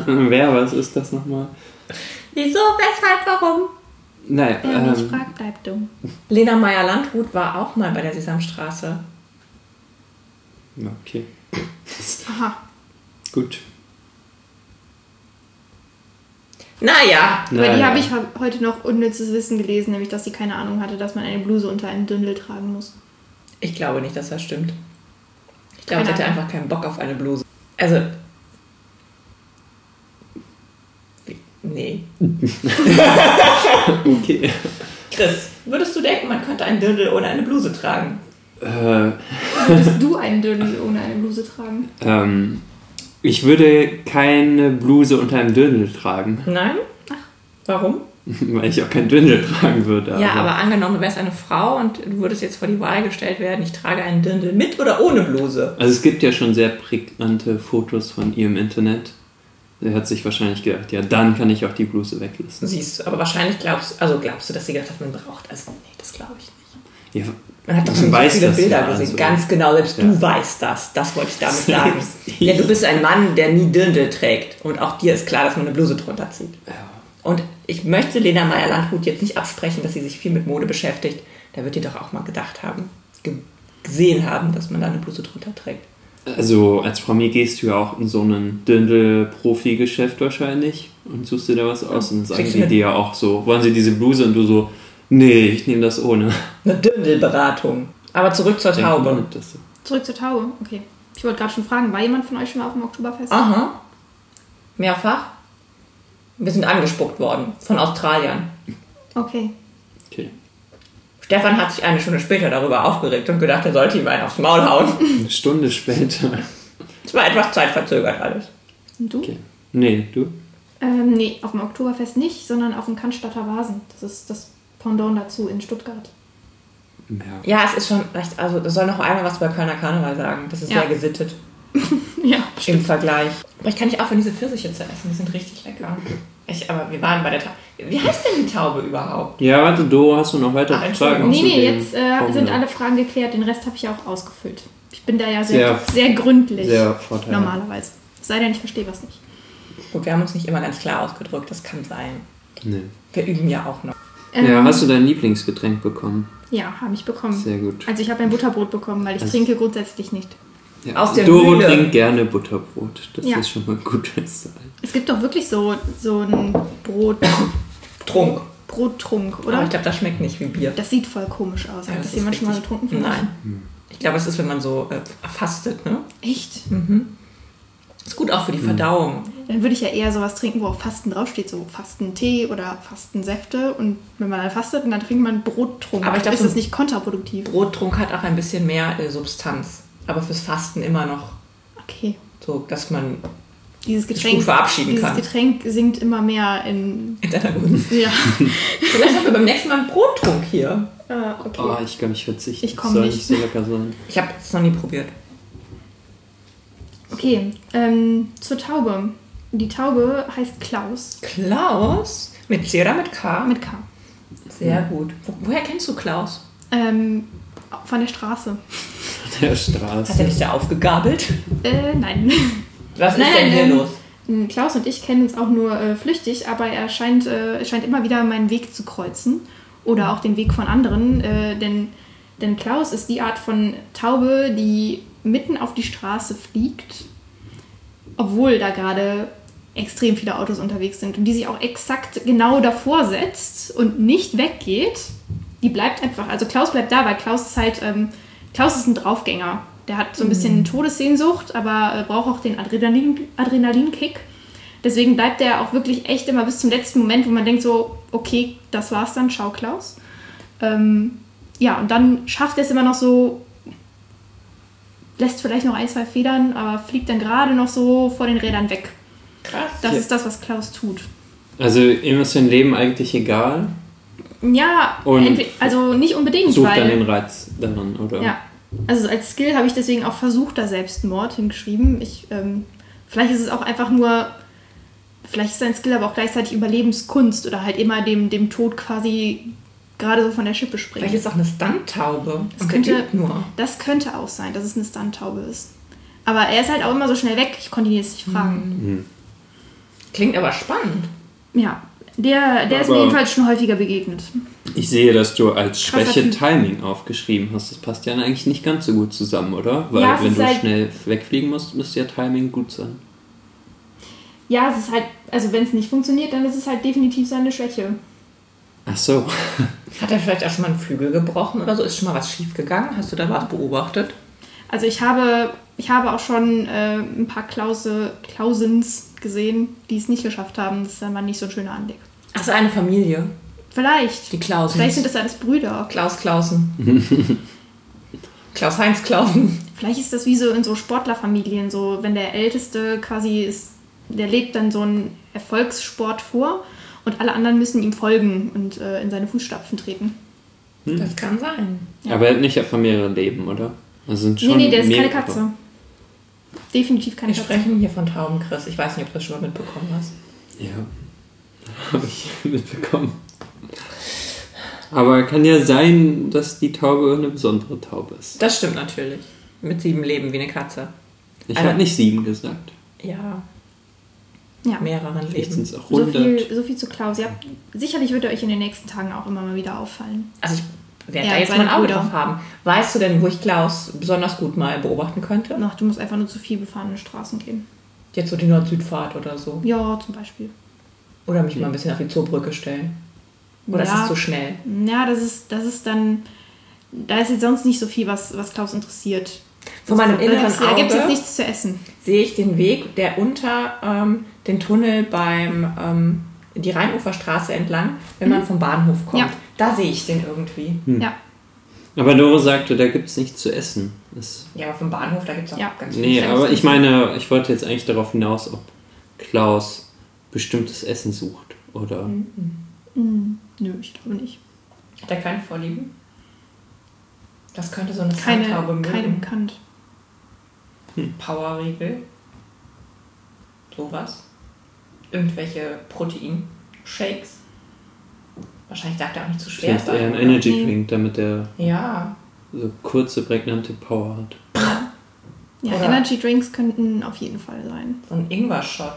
Wer, was ist das nochmal?
Wieso, weshalb, warum?
Naja,
Wer nicht
ähm,
fragt, bleibt dumm.
Lena Meyer-Landrut war auch mal bei der Sesamstraße.
ja, okay.
Aha.
Gut.
Naja,
Über die
Naja.
habe ich he- heute noch unnützes Wissen gelesen, nämlich dass sie keine Ahnung hatte, dass man eine Bluse unter einem Dündel tragen muss.
ich glaube nicht, dass das stimmt. Ich glaube,
Keine
sie hatte
Ahnung.
einfach keinen Bock auf eine Bluse. Also. Nee.
Okay.
Chris, würdest du denken, man könnte einen Dirndl ohne eine Bluse tragen?
Äh,
Würdest du einen Dündel ohne eine Bluse tragen?
ähm, ich würde keine Bluse unter einem Dirndl tragen,
Nein? Ach, warum?
weil ich auch kein Dirndl tragen würde.
Ja, aber angenommen, du wärst eine Frau und du würdest jetzt vor die Wahl gestellt werden, ich trage einen Dirndl mit oder ohne Bluse.
Also es gibt ja schon sehr prägnante Fotos von ihr im Internet. Er hat sich wahrscheinlich gedacht, ja, dann kann ich auch die Bluse weglassen.
Siehst du, aber wahrscheinlich glaubst, also glaubst du, dass sie gedacht hat, man braucht. Also nee, das glaube ich nicht.
Ja,
Man hat doch
Du
schon so
weißt
viele
das
Bilder
ja,
gesehen.
also.
Ganz genau, selbst
Ja.
du weißt das. Das wollte ich damit sagen.
Selbst
Ja,
ich.
du bist ein Mann, der nie Dirndl trägt. Und auch dir ist klar, dass man eine Bluse drunter zieht. Und ich möchte Lena Meyer-Landrut jetzt nicht absprechen, dass sie sich viel mit Mode beschäftigt. Da wird ihr doch auch mal gedacht haben, ge gesehen haben, dass man da eine Bluse drunter trägt.
Also als Promi gehst du ja auch in so einen Dirndl-Profi-Geschäft wahrscheinlich und suchst dir da was aus und dann sagen
kriegst
die
du
dir ja auch so, wollen sie diese Bluse und du so, nee, ich nehme das ohne.
Eine Dirndl-Beratung. Aber zurück zur
Denken
Taube.
wir Das so.
Zurück zur Taube. Okay. Ich wollte gerade schon fragen, war jemand von euch schon mal auf dem Oktoberfest?
Ah.
Aha. Mehrfach. Wir sind angespuckt worden von Australiern.
Okay.
Okay.
Stefan hat sich eine Stunde später darüber aufgeregt und gedacht, er sollte ihm einen aufs Maul hauen.
Eine Stunde später.
Es war etwas zeitverzögert alles.
Und du?
Okay. Nee, du?
Ähm, nee, auf dem Oktoberfest nicht, sondern auf dem Cannstatter Vasen. Das ist das Pendant dazu in Stuttgart.
Ja.
Ja, es ist schon recht, also das soll noch einmal was über Kölner Karneval sagen. Das ist
Ja.
sehr gesittet
Ja.
im Vergleich. Aber ich kann nicht aufhören, diese Pfirsiche zu essen. Die sind richtig lecker. Ich, aber wir waren bei der Taube. Wie heißt denn die Taube überhaupt?
Ja, warte, du hast du noch weitere
Ach,
Fragen?
Entschuldigung.
Ah, Nee,
zu
nee,
dem
jetzt äh, sind
Formular?
alle Fragen geklärt. Den Rest habe ich ja auch ausgefüllt. Ich bin da ja sehr,
Sehr-
sehr gründlich.
sehr vorteilhaft.
Normalerweise. Es sei denn, ich verstehe was nicht.
Gut, wir haben uns nicht immer ganz klar ausgedrückt. Das kann sein.
Nee.
Wir üben ja auch noch.
Ähm,
Ja, hast du dein Lieblingsgetränk bekommen?
Ja, habe ich bekommen.
Sehr gut.
Also ich habe ein Butterbrot bekommen, weil ich trinke grundsätzlich nicht.
Ja.
Aus der
Doro
Mühle.
trinkt gerne Butterbrot. Das
Ja.
ist schon mal ein gutes Zeichen.
Es gibt doch wirklich so, so ein Brot,
Trunk.
Brottrunk,
Aber
oder?
ich glaube, das schmeckt nicht wie Bier.
Das sieht voll komisch aus.
Ja,
Hat das,
ist
jemand schon mal
richtig-
getrunken von euch?
Nein. Ich glaube, es ist, wenn man so äh, fastet, ne?
Echt?
Ist gut auch für die Verdauung.
Dann würde ich ja eher sowas trinken, wo auch Fasten draufsteht, so Fastentee oder Fastensäfte. Und wenn man dann fastet, dann trinkt man Brottrunk.
Aber ich glaub,
ist
so-
das nicht kontraproduktiv?
Brottrunk hat auch ein bisschen mehr äh, Substanz. Aber fürs Fasten immer noch
Okay.
so, dass man
Dieses Getränk,
gut verabschieden
dieses
kann.
Getränk sinkt immer mehr in.
in deiner Gunst.
Ja.
Vielleicht haben wir beim nächsten Mal einen Brottrunk hier.
äh, okay.
Oh, ich glaube, ich verzichte.
Ich komm
Soll
nicht.
nicht so lecker sein.
Ich habe es noch nie probiert.
Okay. Ähm, zur Taube. Die Taube heißt Klaus
Klaus mit C oder mit K?
mit K.
Sehr gut. Wo, woher kennst du Klaus?
Ähm, von der Straße.
Der
Hat er
Straße.
dich da aufgegabelt?
Äh, nein.
Was
Nein,
ist denn
nein,
hier
ähm,
los?
Hm, Klaus und ich kennen uns auch nur äh, flüchtig, aber er scheint, äh, er scheint immer wieder meinen Weg zu kreuzen oder auch den Weg von anderen, äh, denn, denn Klaus ist die Art von Taube, die mitten auf die Straße fliegt, obwohl da gerade extrem viele Autos unterwegs sind und die sich auch exakt genau davor setzt und nicht weggeht. Die bleibt einfach, also Klaus bleibt da, weil Klaus ist halt, ähm, Klaus ist ein Draufgänger. Der hat so ein bisschen Todessehnsucht, aber äh, braucht auch den Adrenalin, Adrenalinkick. Deswegen bleibt der auch wirklich echt immer bis zum letzten Moment, wo man denkt so, okay, das war's dann, schau Klaus. Ähm, ja, und dann schafft er es immer noch so lässt vielleicht noch ein, zwei Federn, aber fliegt dann gerade noch so vor den Rädern weg.
Krass.
Das
Ja.
ist das, was Klaus tut.
Also, ihm ist sein Leben eigentlich egal.
Ja,
Und
entwe- also nicht unbedingt,
Sucht dann den
weil.
Reiz daran, oder?
Ja. Also als Skill habe ich deswegen auch versuchter Selbstmord hingeschrieben. Ich, ähm, vielleicht ist es auch einfach nur. Vielleicht ist sein Skill aber auch gleichzeitig Überlebenskunst oder halt immer dem, dem Tod quasi gerade so von der Schippe springen.
Vielleicht ist es auch eine Stunt-Taube.
Das könnte,
nur.
das könnte auch sein, dass es eine Stunttaube ist. Aber er ist halt auch immer so schnell weg. Ich konnte ihn jetzt nicht fragen.
Klingt aber spannend.
Ja, der, der ist mir
Aber-
jedenfalls schon häufiger begegnet.
Ich sehe, dass du als
Krasser
Schwäche
Typ.
Timing aufgeschrieben hast. Das passt ja eigentlich nicht ganz so gut zusammen, oder? Weil
Ja, es
wenn
ist
du
halt-
schnell wegfliegen musst, müsste ja Timing gut sein.
Ja, es ist halt, also wenn es nicht funktioniert, dann ist es halt definitiv seine Schwäche.
Ach so.
Hat er vielleicht auch schon mal einen Flügel gebrochen oder so? Ist schon mal was schief gegangen? Hast du da was beobachtet?
Also ich habe, ich habe auch schon äh, ein paar Klause, Klausens gesehen, die es nicht geschafft haben. Das ist dann mal nicht so ein schöner Anblick.
Ach, so Also eine Familie.
Vielleicht.
Die Klausens.
Vielleicht sind das alles Brüder.
Klaus Klausen. Klaus-Heinz Klausen.
Vielleicht ist das wie so in so Sportlerfamilien, so wenn der Älteste quasi ist, der lebt dann so einen Erfolgssport vor und alle anderen müssen ihm folgen und äh, in seine Fußstapfen treten.
Das kann sein.
Aber er hat nicht einfach mehrere Leben, oder? Also sind
Nee,
schon
nee, der ist
mehrere.
keine Katze. Definitiv keine
Wir
Katze.
sprechen hier von Tauben, Chris. Ich weiß nicht, ob du das schon mal mitbekommen hast.
Ja. Habe ich mitbekommen. Aber kann ja sein, dass die Taube eine besondere Taube ist.
Das stimmt natürlich. Mit sieben Leben wie eine Katze.
Ich
Also-
habe nicht sieben gesagt.
Ja,
Ja.
mehreren
Vielleicht
Leben.
sind es auch
So
hundert.
viel, so viel zu Klaus. Ihr habt, sicherlich wird er euch in den nächsten Tagen auch immer mal wieder auffallen.
Also ich werde
Ja,
da jetzt mal
seine
ein Auge
Brüder.
drauf haben. Weißt du denn, wo ich Klaus besonders gut mal beobachten könnte?
Ach, du musst einfach nur zu viel befahrene Straßen gehen.
Jetzt so die Nord-Süd-Fahrt oder so.
Ja, zum Beispiel.
Oder mich mal ein bisschen auf die Zoobrücke stellen. Oder ist
Ja.
es zu schnell?
Ja, das ist, das ist dann. Da ist jetzt sonst nicht so viel, was, was Klaus interessiert.
Von meinem inneren
Da gibt es jetzt
Auge
nichts zu essen.
sehe ich den Weg, der unter ähm, den Tunnel beim ähm, die Rheinuferstraße entlang, wenn man vom Bahnhof kommt.
Mhm. Ja.
Da sehe ich den irgendwie.
Ja.
Aber Doro sagte, da gibt es nichts zu essen. Das
Ja, aber vom Bahnhof, da gibt es auch
Ja.
ganz viel.
nee,
zu
aber
essen.
ich meine, ich wollte jetzt eigentlich darauf hinaus, ob Klaus bestimmtes Essen sucht. Oder
Hm, nö, ich glaube nicht.
Hat er keine Vorlieben? Das könnte so eine
Keine,
Sandtaube
keine
mögen.
bekannt.
Powerriegel. Sowas. Irgendwelche Protein-Shakes. Wahrscheinlich darf der auch nicht zu schwer
vielleicht eher
sein.
ein Energy
Nee.
Drink, damit er
Ja.
so kurze, prägnante Power hat.
Ja,
Oder-
Energy Drinks könnten auf jeden Fall sein.
So ein Ingwer-Shot.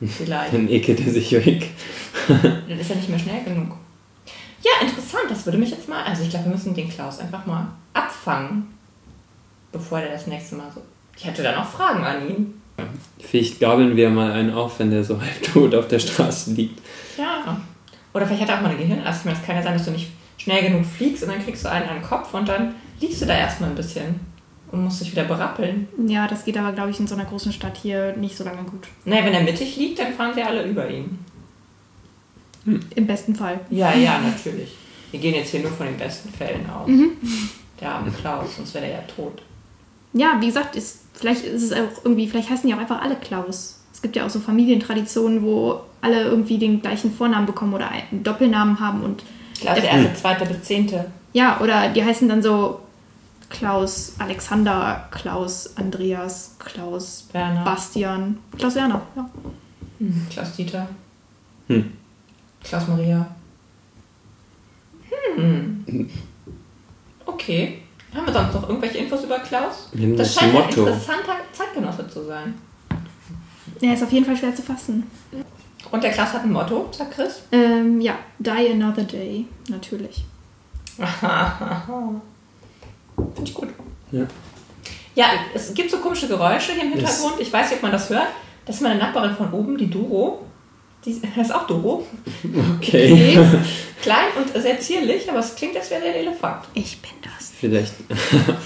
Vielleicht.
Dann ekelt er sich weg.
Dann ist er nicht mehr schnell genug. Ja, interessant. Das würde mich jetzt mal. Also, ich glaube, wir müssen den Klaus einfach mal abfangen. Bevor der das nächste Mal so. Ich hätte dann auch Fragen an ihn.
Vielleicht gabeln wir mal einen auf, wenn der so halbtot auf der Straße liegt.
Ja. Oder vielleicht hat er auch mal eine Gehirnleistung. Es kann ja sein, dass du nicht schnell genug fliegst und dann kriegst du einen an den Kopf und dann liegst du da erstmal ein bisschen und musst dich wieder berappeln.
Ja, das geht aber, glaube ich, in so einer großen Stadt hier nicht so lange gut.
Naja, wenn er mittig liegt, dann fahren sie alle über ihn.
Im besten Fall.
Ja, ja, natürlich. Wir gehen jetzt hier nur von den besten Fällen aus. Der arme Klaus, sonst wäre der ja tot.
Ja, wie gesagt, ist, vielleicht ist es auch irgendwie, vielleicht heißen die auch einfach alle Klaus. Es gibt ja auch so Familientraditionen, wo alle irgendwie den gleichen Vornamen bekommen oder einen Doppelnamen haben und
Klaus der erste, zweite bis zehnte.
ja, oder die heißen dann so Klaus Alexander, Klaus Andreas, Klaus
Werner.
Bastian, Klaus Werner, ja.
Mhm. Klaus Dieter.
Hm.
Klaus Maria. Hm. Okay. Haben wir sonst noch irgendwelche Infos über Klaus?
Wir haben
Das
das
scheint ein
Motto.
interessanter Zeitgenosse zu sein.
Ja, ist auf jeden Fall schwer zu fassen.
Und der Klaus hat ein Motto, sagt Chris.
Ähm, ja, Die Another Day, natürlich.
Finde ich gut.
Ja.
Ja, es gibt so komische Geräusche hier im
Das-
Hintergrund. Ich weiß nicht, ob man das hört. Das ist meine Nachbarin von oben, die Doro. Die das ist auch Doro.
Okay.
Die ist klein und sehr zierlich, aber es klingt, als wäre sie ein Elefant.
Ich bin das.
Vielleicht.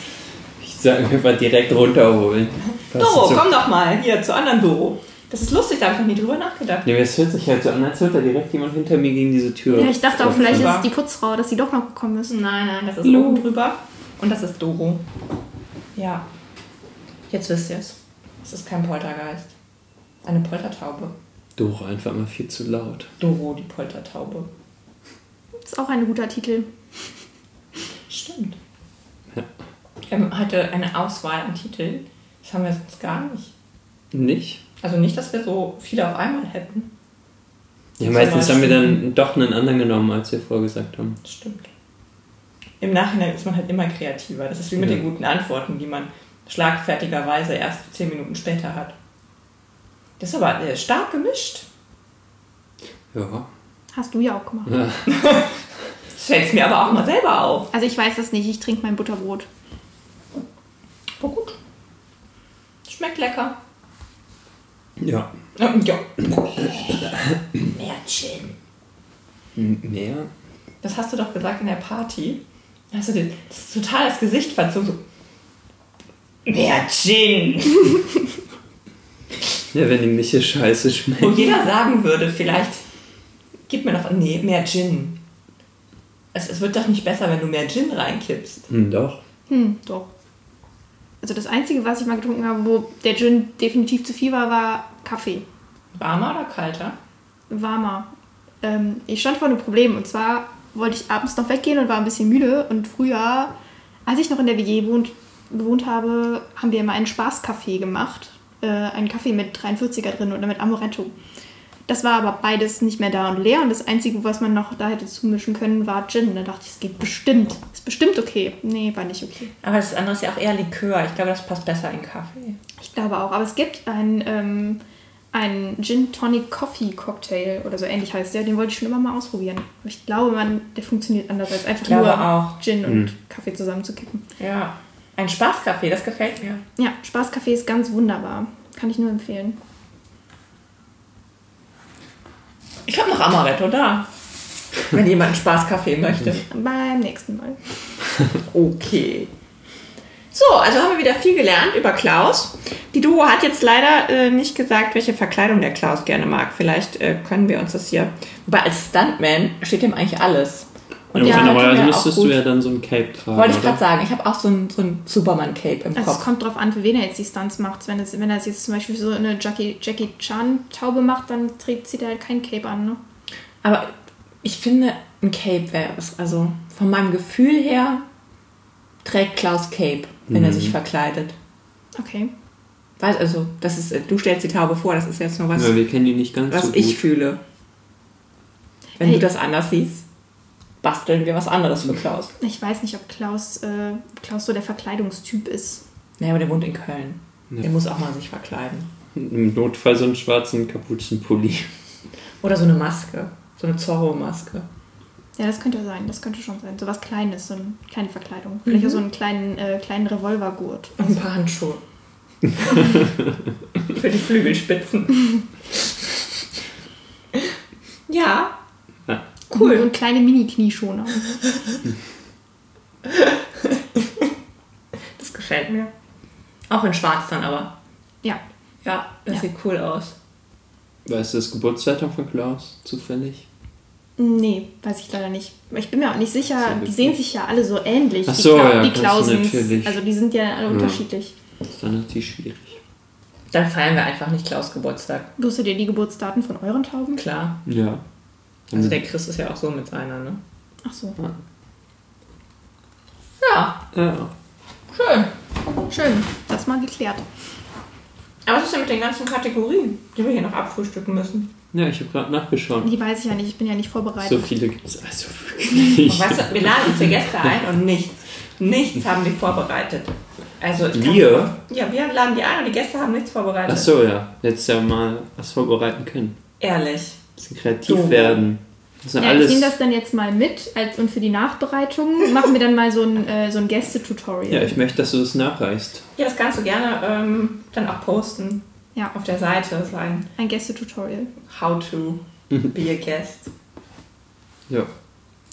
ich sage einfach direkt runterholen. Passt
Doro,
so.
komm doch mal hier zur anderen Doro. Das ist lustig, da habe ich noch nie drüber nachgedacht.
Nee, aber es hört sich halt so an, als hört da direkt jemand hinter mir gegen diese Tür.
Ja, ich dachte auch, vielleicht ist
Offenbar.
es die Putzfrau, dass sie doch noch gekommen ist.
Nein, nein, das ist
Hallo.
oben drüber und das ist Doro. Ja. Jetzt wisst ihr es. Es ist kein Poltergeist. Eine Poltertaube.
Doch, einfach mal viel zu laut.
Doro, die Poltertaube.
Ist auch ein guter Titel.
Stimmt.
Ja.
Wir haben heute eine Auswahl an Titeln. Das haben wir sonst gar nicht.
Nicht?
Also nicht, dass wir so viele auf einmal hätten.
Ja,
Zum
meistens haben wir
Beispiel.
dann doch einen anderen genommen, als wir vorgesagt haben.
Das stimmt. Im Nachhinein ist man halt immer kreativer. Das ist wie mit
Ja.
den guten Antworten, die man schlagfertigerweise erst zehn Minuten später hat. Das ist aber äh, stark gemischt.
Ja.
Hast du ja auch gemacht.
Ja.
Das fällt mir aber auch mal selber auf.
Also ich weiß das nicht, ich trinke mein Butterbrot.
Aber gut. Schmeckt lecker.
ja.
Ähm, Ja. Mehr Gin.
M- Mehr?
Das hast du doch gesagt in der Party. Da Hast du dir das ist total das Gesicht verzogen. So. Mehr Gin.
Ja, wenn die Mische scheiße
Wo
schmeckt.
jeder sagen würde, vielleicht gib mir noch. Nee, mehr Gin. Es, es wird doch nicht besser, wenn du mehr Gin reinkippst.
Hm, doch.
Hm, doch. Also das Einzige, was ich mal getrunken habe, wo der Gin definitiv zu viel war, war Kaffee.
Warmer oder kalter?
Warmer. Ähm, ich stand vor einem Problem und zwar wollte ich abends noch weggehen und war ein bisschen müde und früher, als ich noch in der WG wohnt, gewohnt habe, haben wir immer einen Spaßkaffee gemacht. Äh, einen Kaffee mit 43er drin oder mit Amaretto. Das war aber beides nicht mehr da und leer. Und das Einzige, was man noch da hätte zumischen können, war Gin. Da dachte ich, es geht bestimmt. Ist bestimmt okay. Nee, war nicht okay.
Aber das andere ist ja auch eher Likör. Ich glaube, das passt besser in Kaffee.
Ich glaube auch. Aber es gibt einen, ähm, einen Gin Tonic Coffee Cocktail oder so ähnlich heißt der. Den wollte ich schon immer mal ausprobieren. Aber ich glaube, man, der funktioniert anders als einfach
Glaube
nur
auch.
Gin und Kaffee zusammenzukippen.
Ja. Ein Spaßkaffee, das gefällt mir.
Ja, Spaßkaffee ist ganz wunderbar. Kann ich nur empfehlen.
Ich habe noch Amaretto da. Wenn jemand einen Spaßkaffee möchte.
Beim nächsten Mal.
Okay. So, also haben wir wieder viel gelernt über Klaus. Die Duo hat jetzt leider äh, nicht gesagt, welche Verkleidung der Klaus gerne mag. Vielleicht äh, können wir uns das hier. Wobei als Stuntman steht ihm eigentlich alles. Und
Ja,
Ja, normalerweise
tut mir auch
müsstest du
gut.
ja dann so ein Cape tragen.
Wollte ich
oder?
gerade sagen, ich habe auch so ein, so ein Superman-Cape im
Also es
Kopf.
kommt drauf an, für wen er jetzt die Stunts macht. Wenn, es, wenn er jetzt zum Beispiel so eine Jackie, Jackie Chan-Taube macht, dann trägt, zieht er halt kein Cape an. Ne?
Aber ich finde, ein Cape wäre es. Also von meinem Gefühl her trägt Klaus Cape, wenn
Mhm.
er sich verkleidet.
Okay.
Weiß also, das ist, äh, du stellst die Taube vor, das ist jetzt nur was,
Weil wir kennen die nicht ganz
was
so gut.
ich fühle. Wenn
Hey.
du das anders siehst, basteln wir was anderes für Klaus.
Ich weiß nicht, ob Klaus, äh, Klaus so der Verkleidungstyp ist.
Naja, aber der wohnt in Köln. Der muss auch mal sich verkleiden.
Im Notfall so einen schwarzen Kapuzenpulli.
Oder so eine Maske. So eine Zorro-Maske.
Ja, das könnte sein. Das könnte schon sein. So was Kleines, so eine kleine Verkleidung. Vielleicht
Mhm.
auch so einen kleinen, äh, kleinen Revolvergurt.
Und ein paar Handschuhe. Für die Flügelspitzen. ja.
Ja.
Cool.
Mhm.
Und kleine Mini-Knieschoner.
Das gefällt mir. Auch in schwarz dann aber.
ja.
Ja, das
Ja.
sieht cool aus.
Weißt du das Geburtsdatum von Klaus zufällig?
Nee, weiß ich leider nicht. Aber Ich bin mir auch nicht
Sehr
sicher. Die
witzig.
sehen sich ja alle so ähnlich.
Ach
die
so,
Kla-
ja,
die
kannst du
Klausens.
natürlich.
Also die sind ja alle unterschiedlich.
Das ist dann natürlich schwierig.
Dann feiern wir einfach nicht Klaus Geburtstag.
Wusstet ihr die Geburtsdaten von euren Tauben?
Klar.
Ja. Mhm.
Also der Chris ist ja auch so mit seiner, ne?
Ach so.
Ja,
ja.
schön.
Schön. Das mal geklärt.
Aber was ist denn mit den ganzen Kategorien, die wir hier noch abfrühstücken müssen?
ja, ich habe gerade nachgeschaut.
Die weiß ich ja nicht. Ich bin ja nicht vorbereitet.
So viele gibt es also wirklich
Und
nicht.
weißt du, wir laden uns hier Gäste ein und nichts. Nichts haben die vorbereitet. Also ich kann,
Wir?
Ja, wir laden die ein und die Gäste haben nichts vorbereitet.
Ach so, ja. Jetzt ja mal was vorbereiten können.
Ehrlich.
Ein bisschen kreativ
So.
werden. Das ist ja
Ja, ich
alles.
nehme das dann jetzt mal mit als, und für die Nachbereitung machen wir dann mal so ein, äh, so ein Gäste-Tutorial.
ja, ich möchte, dass du das nachreichst.
Ja, das kannst du gerne ähm, dann auch posten
Ja,
auf der Seite. So ein
ein Gäste-Tutorial.
How to be a guest.
Ja.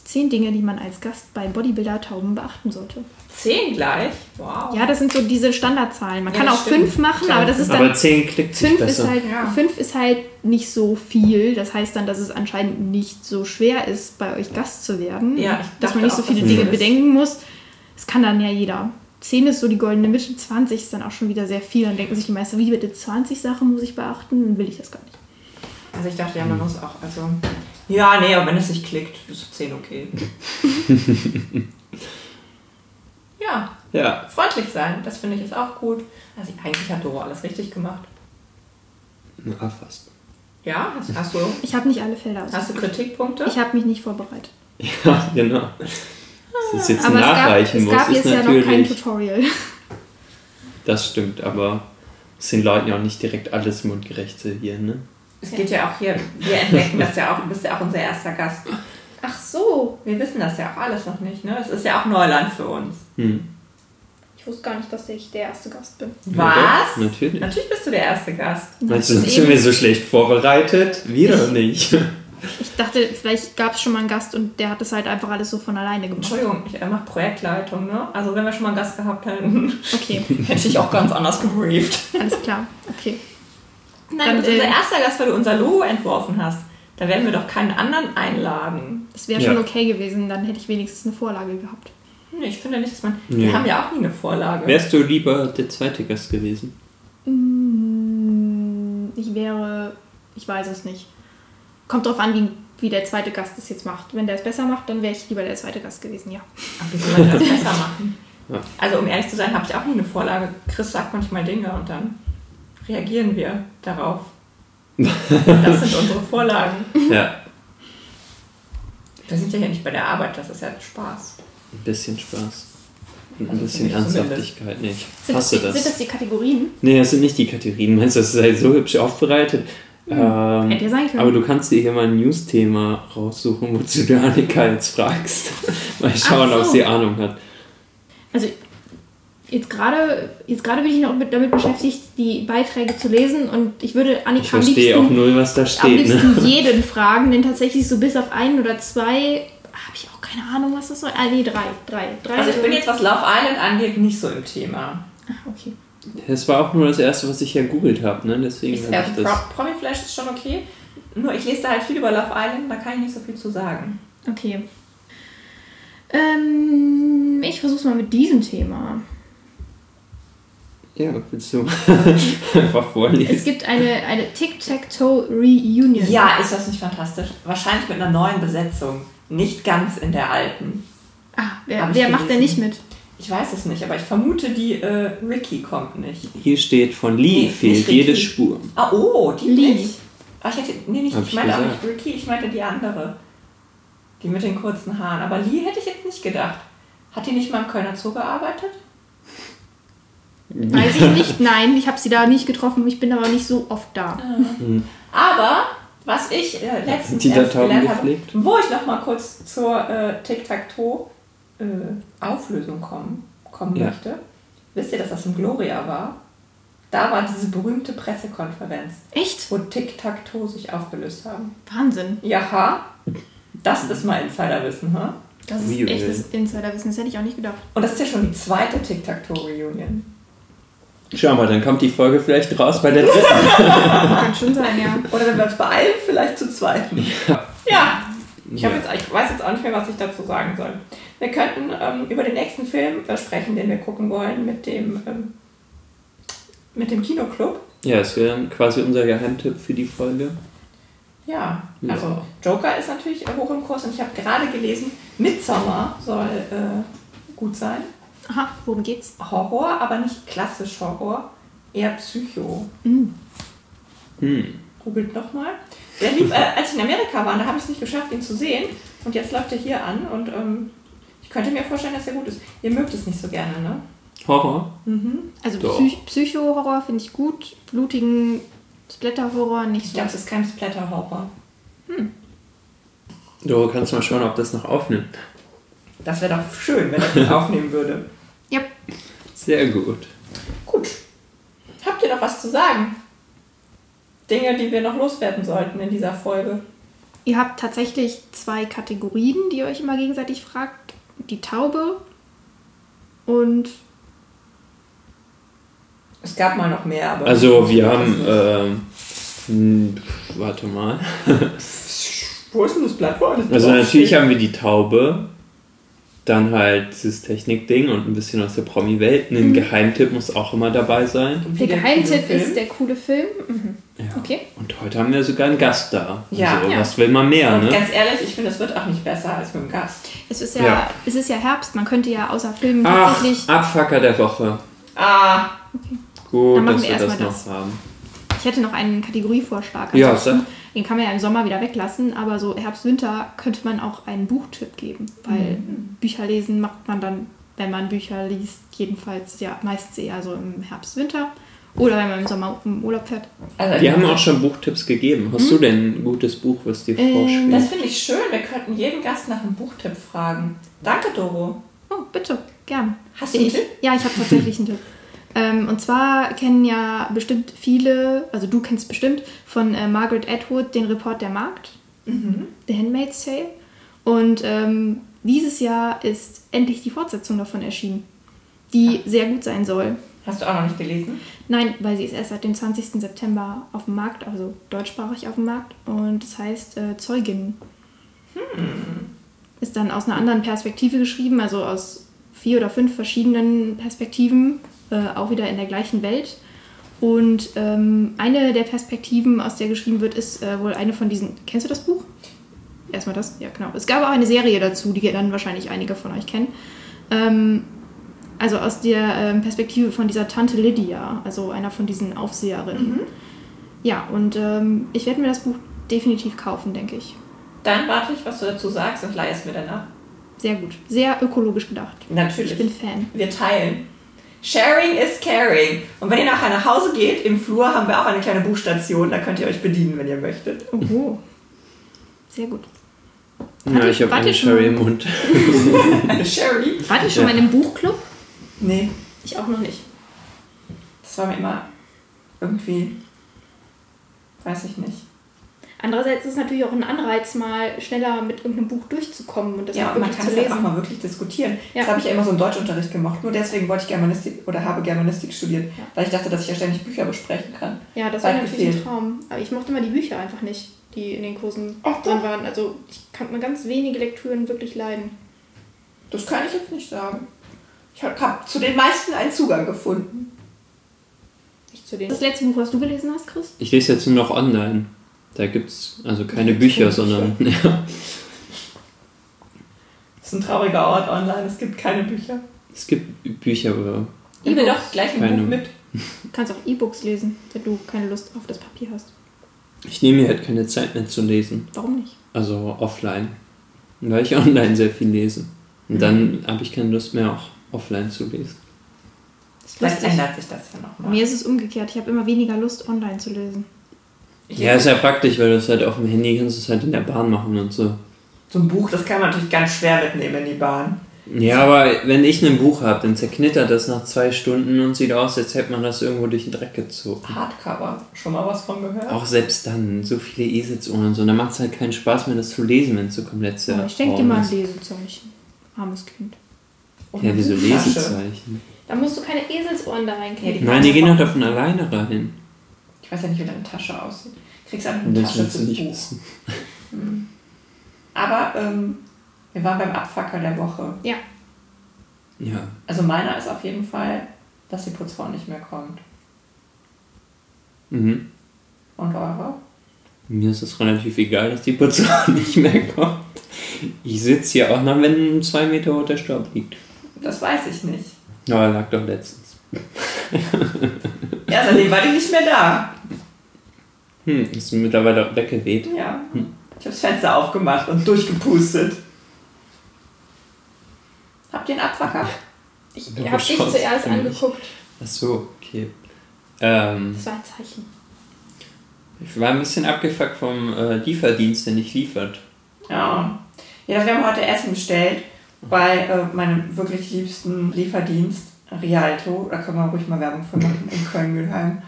Zehn Dinge, die man als Gast bei Bodybuilder-Tauben beachten sollte.
Zehn gleich. Wow.
Ja, das sind so diese Standardzahlen. Man
Oh. Ja,
kann
das
auch
stimmt.
fünf machen,
Klar.
aber das ist dann.
Aber 10 klickt sich
Fünf
besser.
ist, halt,
Ja.
fünf ist halt nicht so viel. Das heißt dann, dass es anscheinend nicht so schwer ist, bei euch Gast zu werden.
Ja, ich
dass
dachte
man nicht so
auch,
viele
dass es
Dinge
so ist.
bedenken muss. Das kann dann ja jeder. 10 ist so die goldene Mitte, 20 ist dann auch schon wieder sehr viel. Dann denken sich die meisten, wie bitte 20 Sachen muss ich beachten? Dann will ich das gar nicht.
Also ich dachte ja, man muss auch, also. Ja, nee, aber wenn es nicht klickt, ist zehn okay. ja,
Ja.
freundlich sein, das finde ich ist auch gut. Also eigentlich hat Doro alles richtig gemacht.
Na, ah, fast.
Ja, hast, hast du
Ich habe nicht alle Felder aus.
Hast du Kritikpunkte?
Ich habe mich nicht vorbereitet.
Ja, genau. Dass es jetzt
Ah, Aber es gab,
nachreichen
es
muss,
gab
ist
jetzt ja noch kein
natürlich.
Tutorial.
das stimmt, aber es sind Leuten ja auch nicht direkt alles mundgerechte hier, ne?
Es geht ja auch hier, wir entdecken das ja auch, du bist ja auch unser erster Gast.
Ach so,
Wir wissen das ja auch alles noch nicht, ne? Es ist ja auch Neuland für uns.
Hm.
ich wusste gar nicht, dass ich der erste Gast bin.
Ja,
Was?
doch, natürlich.
Natürlich bist du der erste Gast.
Meinst du,
das ist
sind
eben-
wir so schlecht vorbereitet? Wieder nicht.
Ich dachte, vielleicht gab es schon mal einen Gast und der hat das halt einfach alles so von alleine gemacht.
Entschuldigung, ich äh, mache Projektleitung, ne? Also wenn wir schon mal einen Gast gehabt hätten,
Okay,
hätte ich auch ganz anders gebrieft.
alles klar. Okay.
Nein, du bist
Dann, äh,
unser erster Gast, weil du unser Logo entworfen hast. Da werden wir doch keinen anderen einladen.
Das wäre
Ja.
schon okay gewesen, dann hätte ich wenigstens eine Vorlage gehabt.
Nee, Hm, ich finde nicht, dass man...
Nee.
Wir haben ja auch nie eine Vorlage.
Wärst du lieber der zweite Gast gewesen?
Ich wäre, ich weiß es nicht. Kommt drauf an, wie, wie der zweite Gast es jetzt macht. Wenn der es besser macht, dann wäre ich lieber der zweite Gast gewesen, ja.
Aber wie soll man das besser machen?
Ja.
Also um ehrlich zu sein, habe ich auch nie eine Vorlage. Chris sagt manchmal Dinge und dann reagieren wir darauf. Das sind unsere Vorlagen.
Mhm.
Ja,
Wir sind ja hier nicht bei der Arbeit, das ist ja Spaß.
ein bisschen Spaß. Und ein
Also für
bisschen
mich zumindest.
Ernsthaftigkeit. Nee, ich
Sind das,
hasse
die, sind
das.
das die Kategorien?
Nee, das sind nicht die Kategorien. Meinst du, das ist halt so hübsch aufbereitet? Ähm,
Hm, Hätte ja sein können.
Aber du kannst dir hier mal ein News-Thema raussuchen, wozu du Annika jetzt fragst. mal schauen,
Ach so.
ob sie Ahnung hat.
Also jetzt gerade jetzt gerade bin ich noch mit, damit beschäftigt, die Beiträge zu lesen und ich würde Annika
Ich verstehe
am
auch
liebsten,
null, was da
am
steht. Ne?
liebsten jeden fragen, denn tatsächlich so bis auf einen oder zwei habe ich auch keine Ahnung, was das soll. Ah, nee, drei. Drei. drei
Also ich bin jetzt, was Love Island angeht, nicht so im Thema.
Ah, okay.
Das war auch nur das Erste, was ich ja googelt habe. Ne? Deswegen
Ich,
habe
äh,
ich
Pro
das.
Promi Flash ist schon okay. Nur ich lese da halt viel über Love Island, da kann ich nicht so viel zu sagen.
Okay. Ähm, ich versuch's mal mit diesem Thema.
Ja, willst du einfach vorlesen?
Es gibt eine, eine Tic-Tac-Toe-Reunion.
Ja, ist das nicht fantastisch? Wahrscheinlich mit einer neuen Besetzung. Nicht ganz in der alten.
Ah, wer,
Hab ich
wer macht denn nicht
gelesen.
mit?
Ich weiß es nicht, aber ich vermute, die äh, Ricky kommt nicht.
Hier steht, von Lee
Nee,
fehlt
nicht
jede
richtig.
Spur.
Ah, oh, die
Lee.
nicht. Ah, ich hätte, nee, nicht,
Hab
ich
ich
meinte auch
gesagt.
nicht Ricky, ich meinte die andere. Die mit den kurzen Haaren. Aber Lee hätte ich jetzt nicht gedacht. Hat die nicht mal im Kölner Zoo gearbeitet?
Weiß ich nicht. Nein, ich habe sie da nicht getroffen. Ich bin aber nicht so oft da.
Aber was ich äh, letztens
Die
erst
Dateien
gelernt habe,
gepflegt.
wo ich noch mal kurz zur äh, Tic-Tac-Toe-Auflösung kommen, kommen
Ja.
möchte. Wisst ihr, dass das im Gloria war? Da war diese berühmte Pressekonferenz,
Echt?
wo Tic-Tac-Toe sich aufgelöst haben.
Wahnsinn.
Jaha, das ist mal Insiderwissen, hm? ha?
Das ist
Reunion.
echtes Insiderwissen. Das hätte ich auch nicht gedacht.
Und das ist ja schon die zweite Tic-Tac-Toe-Reunion.
Schau mal, dann kommt die Folge vielleicht raus bei der dritten.
Kann schon sein, ja.
Oder wenn wir uns beeilen, vielleicht zur zweiten. Ja, ich, hab
Ja.
jetzt, ich weiß jetzt auch nicht mehr, was ich dazu sagen soll. Wir könnten ähm, über den nächsten Film äh, sprechen, den wir gucken wollen, mit dem, ähm, mit dem Kinoclub.
Ja, das wäre dann quasi unser Geheimtipp für die Folge.
Ja,
Ja.
also Joker ist natürlich hoch im Kurs und ich habe gerade gelesen, Midsommar soll äh, gut sein.
Aha, worum geht's?
Horror, aber nicht klassisch Horror, eher Psycho.
Hm.
Googelt nochmal. Der lief, äh, als ich in Amerika war, da habe ich es nicht geschafft, ihn zu sehen. Und jetzt läuft er hier an und ähm, ich könnte mir vorstellen, dass er gut ist. Ihr mögt es nicht so gerne, ne?
Horror?
Also
Doch.
Psych Psycho-Horror finde ich gut. Blutigen Splatter-Horror nicht
Ich
so.
glaube, es ist kein Splatter-Horror.
Du kannst mal schauen, ob das noch aufnimmt.
Das wäre doch schön, wenn er ihn aufnehmen würde.
Ja,
Sehr gut.
Gut. Habt ihr noch was zu sagen? Dinge, die wir noch loswerden sollten in dieser Folge.
ihr habt tatsächlich zwei Kategorien, die ihr euch immer gegenseitig fragt. Die Taube und
Es gab mal noch mehr, aber.
Also, wir haben, ähm, hm, warte mal.
Wo ist denn das Blatt? Wo ist das
Also,
Blatt?
natürlich haben wir die Taube, dann halt dieses Technikding und ein bisschen aus der Promi-Welt. Ein
Mhm.
Geheimtipp muss auch immer dabei sein.
Wie
der Geheimtipp
Kinofilm.
ist der coole Film. Mhm.
Ja.
Okay.
Und heute haben wir sogar einen Gast da.
Ja.
Also,
Ja.
was will man mehr,
Und
ne?
ganz ehrlich, ich finde, es wird auch nicht besser als mit dem Gast.
Es ist ja,
Ja.
es ist ja Herbst. Man könnte ja außer Filmen
Ach,
tatsächlich.
Abfucker der Woche.
Ah,
Gut,
Dann machen
dass
wir
wir das
erstmal
noch
das.
haben.
Ich hätte noch einen Kategorievorschlag.
Ja,
Ansonsten, Den kann man ja im Sommer wieder weglassen, aber so Herbst, Winter könnte man auch einen Buchtipp geben, weil Bücher lesen macht man dann, wenn man Bücher liest, jedenfalls ja meist eher so im Herbst, Winter oder wenn man im Sommer im Urlaub fährt.
also
Die haben auch schon Buchtipps gegeben. Hast du denn ein gutes Buch, was dir
Hm? Ähm,
vorschwebt?
Das finde ich schön. Wir könnten jeden Gast nach einem Buchtipp fragen. Danke, Doro.
Oh, bitte, gern.
Hast du einen
ich,
Tipp?
Ja, ich habe tatsächlich einen Tipp. Ähm, und zwar kennen ja bestimmt viele, also du kennst bestimmt, von äh, Margaret Atwood den Report der Markt,
Mhm.
The Handmaid's Tale. Und ähm, dieses Jahr ist endlich die Fortsetzung davon erschienen, die sehr gut sein soll.
Hast du auch noch nicht gelesen?
Nein, weil sie ist erst seit dem 20. September auf dem Markt, also deutschsprachig auf dem Markt. Und das heißt äh, Zeugin. Ist dann aus einer anderen Perspektive geschrieben, also aus vier oder fünf verschiedenen Perspektiven, äh, auch wieder in der gleichen Welt. Und ähm, eine der Perspektiven, aus der geschrieben wird, ist äh, wohl eine von diesen. Kennst du das Buch? Erstmal das? Ja, genau. Es gab auch eine Serie dazu, die dann wahrscheinlich einige von euch kennen. Ähm, also aus der ähm, Perspektive von dieser Tante Lydia, also einer von diesen Aufseherinnen. Ja, und ähm, ich werde mir das Buch definitiv kaufen, denke ich.
Dann warte ich, was du dazu sagst und leih es mir danach.
Sehr gut. Sehr ökologisch gedacht.
Natürlich.
Ich bin Fan.
Wir teilen. Sharing is caring. Und wenn ihr nachher nach Hause geht, im Flur haben wir auch eine kleine Buchstation, da könnt ihr euch bedienen, wenn ihr möchtet.
Oho. Oh, Sehr gut.
Ja, ich habe
Warte
eine
schon.
Sherry im Mund.
Eine Sherry?
Wart ihr schon
Ja.
mal in einem Buchclub?
Nee,
Ich auch noch nicht.
das war mir immer irgendwie. Weiß ich nicht.
Andererseits ist es natürlich auch ein Anreiz, mal schneller mit irgendeinem Buch durchzukommen und das
ja,
auch
und man
wirklich
kann
zu
es halt auch
lesen.
mal wirklich diskutieren.
Ja.
Das habe ich ja immer so im Deutschunterricht gemacht. Nur deswegen wollte ich Germanistik oder habe Germanistik studiert,
Ja.
weil ich dachte, dass ich ja ständig Bücher besprechen kann.
Ja, das war
Weit
natürlich ein
gefehlt.
Traum. Aber ich mochte immer die Bücher einfach nicht, die in den Kursen
Ach doch.
drin waren. Also ich kann mir ganz wenige Lektüren wirklich leiden.
Das kann ich jetzt nicht sagen. Ich habe zu den meisten einen Zugang gefunden.
Nicht zu denen. Das letzte Buch, was du gelesen hast, Chris?
Ich lese jetzt nur noch online. Da gibt's also keine
Da gibt's
Bücher,
keine
sondern. Ja,
Das ist ein trauriger Ort online, es gibt keine Bücher.
es gibt Bücher, aber.
Nimm mir doch gleich ein
Keine.
Buch mit.
Du kannst auch E-Books lesen, wenn du keine Lust auf das Papier hast.
Ich nehme mir halt keine Zeit mehr zu lesen.
Warum nicht?
Also offline. Weil ich online sehr viel lese. Und dann habe ich keine Lust mehr, auch offline zu lesen.
Das ist
Vielleicht
lustig.
ändert sich das ja nochmal.
Mir ist es umgekehrt. Ich habe immer weniger Lust, online zu lesen.
Ja, also- ist ja praktisch, weil du es halt auf dem Handy kannst, es halt in der Bahn machen und so.
So ein Buch, das kann man natürlich ganz schwer mitnehmen in die Bahn.
Ja, aber wenn ich ein Buch habe, dann zerknittert das nach zwei Stunden und sieht aus, als hätte man das irgendwo durch den Dreck gezogen.
Mhm.
Hardcover, schon mal was von gehört?
Auch selbst dann, so viele E-Sitzohren und so, dann macht es halt keinen Spaß mehr, das zu lesen, wenn es so komplett
Aber
zerfroren
Oh, ich denke dir mal ein
ist.
Lesezeichen. Armes Kind.
Und
Ja, wieso
eine Flasche.
Lesezeichen?
Da musst du keine Eselsohren da reinkriegen.
Ja,
Nein, die gehen halt davon alleine rein.
Ich weiß ja nicht, wie deine Tasche aussieht. Kriegst einfach eine
Das
Tasche
willst du
fürs
nicht
Buch.
wissen.
Aber ähm, wir waren beim Abfacker der Woche.
Ja,
Ja,
Also meiner ist auf jeden Fall, dass die Putzfrau nicht mehr kommt.
mhm.
Und eure?
Mir ist es relativ egal, dass die Putzfrau nicht mehr kommt. Ich sitze hier auch noch, wenn ein zwei Meter hoher Staub liegt.
Das weiß ich nicht.
Ja, lag doch letztens.
Ja, seitdem war die nicht mehr da.
Hm, ist mittlerweile auch weggeweht.
Ja. Ich habe das Fenster aufgemacht und durchgepustet. Habt ihr einen Abfacker?
ich
Ja,
habe dich
schon
zuerst
ziemlich.
angeguckt.
Ach so, okay. Ähm,
Das war ein Zeichen.
ich war ein bisschen abgefuckt vom äh, Lieferdienst, der nicht liefert.
Ja. Ja, wir haben heute Essen bestellt bei äh, meinem wirklich liebsten Lieferdienst Rialto. Da können wir ruhig mal Werbung für machen in Köln-Mülheim.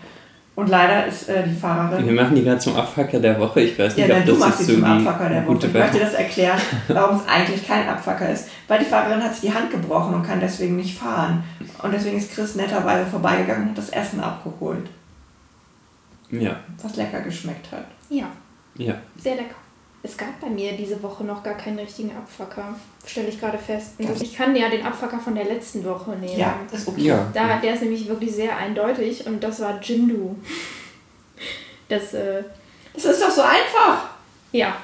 Und leider ist äh, die Fahrerin.
Wir machen die gerade zum Abfacker der Woche. Ich weiß
Ja,
nicht,
nein,
ob
du
das
machst
jetzt
dich
so
zum
die
Abfacker der Woche.
gute
Ich möchte
Werbung
das erklären, warum es eigentlich kein Abfacker ist. Weil die Fahrerin hat sich die Hand gebrochen und kann deswegen nicht fahren. Und deswegen ist Chris netterweise vorbeigegangen und hat das Essen abgeholt,
Ja,
was lecker geschmeckt hat.
Ja,
ja.
sehr lecker. Es gab bei mir diese Woche noch gar keinen richtigen Abfacker. Stelle ich gerade fest. Und Ich kann ja den Abfacker von der letzten Woche nehmen.
Ja, ist okay.
Ja.
Da, der ist nämlich wirklich sehr eindeutig und das war Jindu. Das, äh,
Das ist doch so einfach.
ja,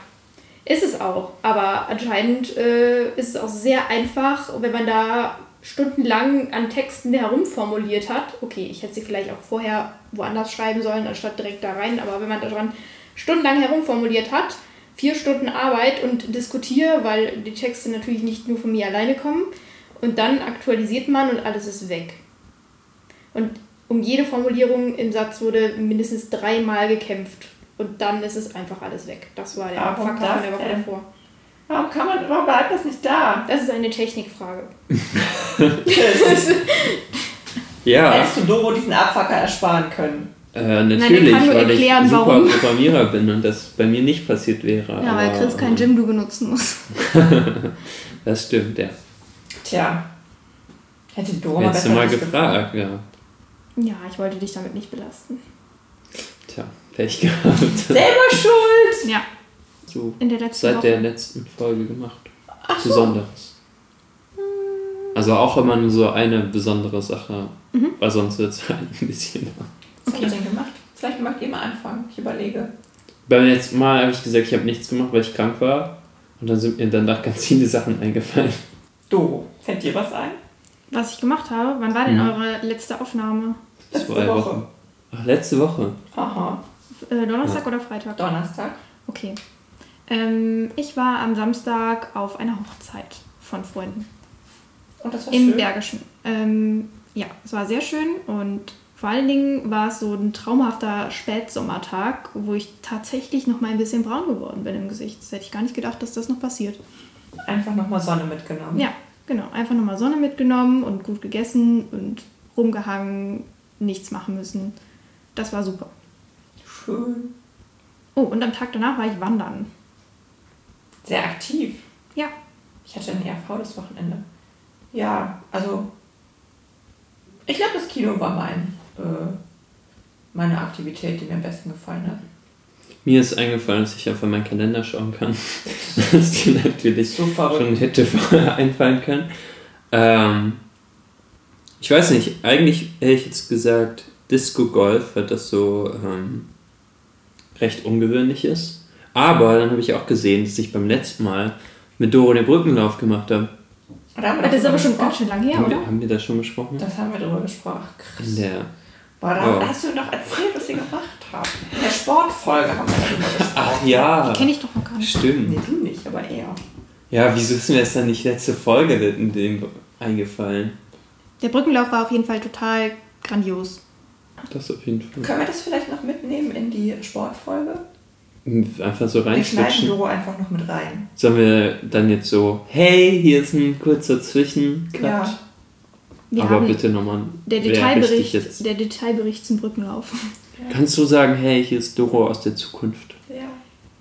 ist es auch. Aber anscheinend äh, ist es auch sehr einfach, wenn man da stundenlang an Texten herumformuliert hat. Okay, ich hätte sie vielleicht auch vorher woanders schreiben sollen, anstatt direkt da rein. Aber wenn man daran stundenlang herumformuliert hat, vier Stunden Arbeit und diskutiere, weil die Texte natürlich nicht nur von mir alleine kommen. Und dann aktualisiert man und alles ist weg. Und um jede Formulierung im Satz wurde mindestens dreimal gekämpft. Und dann ist es einfach alles weg. Das war der
Warum
Abfucker von
das
der Woche
denn?
davor.
Warum kann man, warum bleibt das nicht da?
Das ist eine Technikfrage.
Chris,
Ja,
hättest du Doro diesen Abfacker ersparen können?
äh,
der
natürlich,
kann nur
weil
erklären,
ich super
warum.
Programmierer bin und das bei mir nicht passiert wäre.
Ja, weil
aber,
Chris kein Jimdo benutzen muss.
Das stimmt, ja.
Tja. Hätte die Doro mal
Hättest
besser
du mal
nicht
gefragt, ja.
Ja, ich wollte dich damit nicht belasten.
Tja, Pech gehabt.
Selber schuld!
Ja,
So,
in der letzten
seit
Woche.
der letzten Folge gemacht. Besonderes. Also auch immer nur so eine besondere Sache,
Mhm.
weil sonst wird es halt ein bisschen.
Was okay. hab ich denn gemacht? Vielleicht mag ihr mal anfangen. Ich überlege.
Beim letzten Mal habe ich gesagt, ich habe nichts gemacht, weil ich krank war. Und dann sind mir danach ganz viele Sachen eingefallen.
Doro, fällt dir was ein?
Was ich gemacht habe, wann war denn
Mhm.
eure letzte Aufnahme?
Letzte
Zwei
Woche.
Wochen. Ach, letzte Woche.
Aha.
Äh, Donnerstag oder Freitag?
Donnerstag.
Okay. Ähm, ich war am Samstag auf einer Hochzeit von Freunden
Und das war
im
schön.
Bergischen. Ähm, ja, es war sehr schön und vor allen Dingen war es so ein traumhafter Spätsommertag, wo ich tatsächlich noch mal ein bisschen braun geworden bin im Gesicht. Das hätte ich gar nicht gedacht, dass das noch passiert.
Einfach nochmal Sonne mitgenommen.
Ja, genau. Einfach nochmal Sonne mitgenommen und gut gegessen und rumgehangen, nichts machen müssen. Das war super.
Schön.
Oh, und am Tag danach war ich wandern.
Sehr aktiv.
Ja,
Ich hatte ein E eher faules Wochenende. Ja, also ich glaube, das Kino war mein, äh, meine Aktivität, die mir am besten gefallen hat.
Mir ist eingefallen, dass ich auf meinen Kalender schauen kann. dass die natürlich
So verrückt.
schon hätte vorher einfallen können. Ähm, ich weiß nicht, eigentlich hätte ich jetzt gesagt Disco Golf, weil das so ähm, recht ungewöhnlich ist. Aber dann habe ich auch gesehen, dass ich beim letzten Mal mit Doro den Brückenlauf gemacht habe.
Da haben wir
das ist
drüber
aber schon ganz
gesprochen.
schön lang her,
haben, wir,
oder?
haben wir das schon besprochen?
Das haben wir drüber gesprochen. Krass.
In der
Boah, da
Ja.
hast du doch erzählt, was ihr gemacht habt. In der Sportfolge haben wir darüber gesprochen.
Ach ja,
Kenne ich doch noch gar nicht.
stimmt.
Nee, du nicht, aber er.
Ja, wieso ist mir das dann nicht letzte Folge in dem eingefallen?
Der Brückenlauf war auf jeden Fall total grandios.
Das auf jeden Fall.
Können wir das vielleicht noch mitnehmen in die Sportfolge?
Einfach so
Wir schneiden
reinschlitschen.
Doro einfach noch mit rein.
Sollen wir dann jetzt so, hey, hier ist ein kurzer Zwischencut.
Ja.
Wir
Aber
haben
bitte nochmal.
der
wer richtig
Detailbericht,
Jetzt.
der Detailbericht zum Brückenlauf.
Kannst du sagen, hey, hier ist Doro aus der Zukunft?
Ja.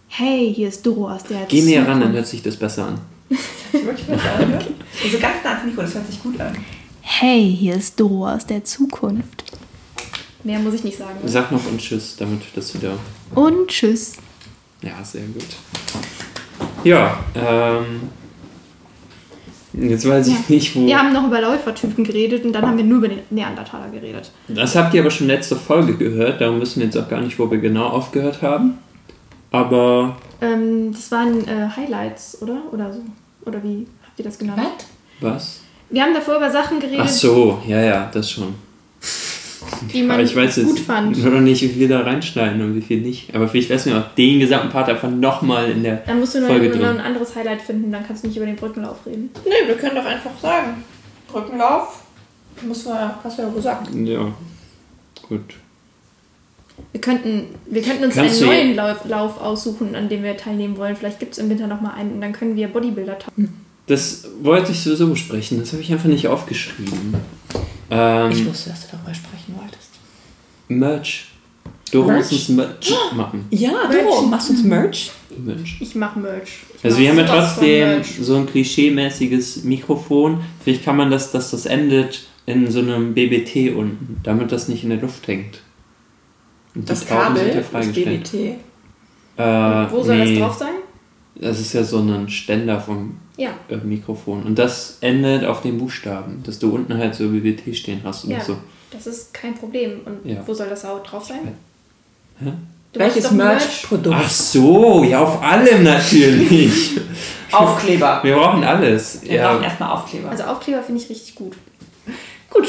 Hey, hier ist Doro aus der
Geh näher ran, dann
Zukunft.
hört sich das besser an.
Ich wirklich mal sagen, ne? Also ganz nah ans Nico, das hört sich gut an.
Hey, hier ist Doro aus der Zukunft. Mehr muss ich nicht sagen.
Sag noch und tschüss, damit wir das wieder.
Und tschüss.
Ja, sehr gut. Ja, ähm. Jetzt weiß ich nicht, wo.
Wir haben noch über Läufertypen geredet und dann haben wir nur über den Neandertaler geredet.
Das habt ihr aber schon letzte Folge gehört, darum wissen wir jetzt auch gar nicht, wo wir genau aufgehört haben. Aber
Ähm, das waren äh, Highlights, oder? Oder so. Oder wie habt ihr das genannt?
was?
Wir haben davor über Sachen geredet,
Ach so, ja, ja, das schon.
die man
Aber ich weiß jetzt
gut fand.
nur noch nicht, wie viel da reinschneiden und wie viel nicht. Aber vielleicht lassen wir auch den gesamten Part einfach nochmal in der
Dann musst du nur
Folge
noch
drin.
ein anderes Highlight finden, dann kannst du nicht über den Brückenlauf reden.
Nee, wir können doch einfach sagen. Brückenlauf. Muss man, hast du ja gesagt.
Ja, gut.
Wir könnten, wir könnten uns
Kannst
einen
du-
neuen Lauf, Lauf aussuchen, an dem wir teilnehmen wollen. Vielleicht gibt es im Winter nochmal einen und dann können wir Bodybuilder tauchen.
Das wollte ich sowieso besprechen, das habe ich einfach nicht aufgeschrieben. Ähm,
wusste, dass du darüber sprechen wolltest.
Merch. Du
Merch?
musst uns Merch machen.
Ja,
Merch.
Doro, Mhm. machst du uns Merch?
Merch.
Ich mache Merch. Ich
Also
mach
wir haben ja
sowas Genau, von
trotzdem
Merch.
so ein klischeemäßiges Mikrofon. Vielleicht kann man das, dass das endet in so einem BBT unten, damit das nicht in der Luft hängt. Und die
Das
Tauben
Kabel, das
freigestellt.
DBT.
Äh,
Wo soll
nee,
das drauf sein?
Das ist ja so ein Ständer vom
Ja.
äh, Mikrofon. Und das endet auf den Buchstaben, dass du unten halt so BBT stehen hast und
Ja.
so.
Das ist kein Problem. Und
Ja.
wo soll das auch drauf sein?
Hä?
Du
Welches
machst doch
Ach
Merch-Produkt?
so, ja, auf allem natürlich.
Aufkleber.
Wir brauchen alles.
Wir brauchen
Ja.
erstmal Aufkleber.
Also Aufkleber finde ich richtig gut.
Gut,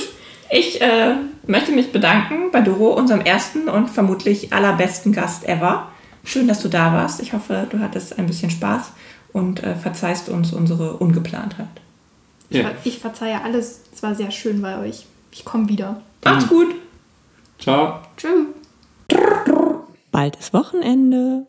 ich äh, möchte mich bedanken bei Doro, unserem ersten und vermutlich allerbesten Gast ever. Schön, dass du da warst. Ich hoffe, du hattest ein bisschen Spaß und äh, verzeihst uns unsere Ungeplantheit.
ja.
Ich verzeihe alles. Es war sehr schön bei euch. Ich komme wieder.
Macht's gut!
Ciao.
Tschüss.
Bald ist Wochenende.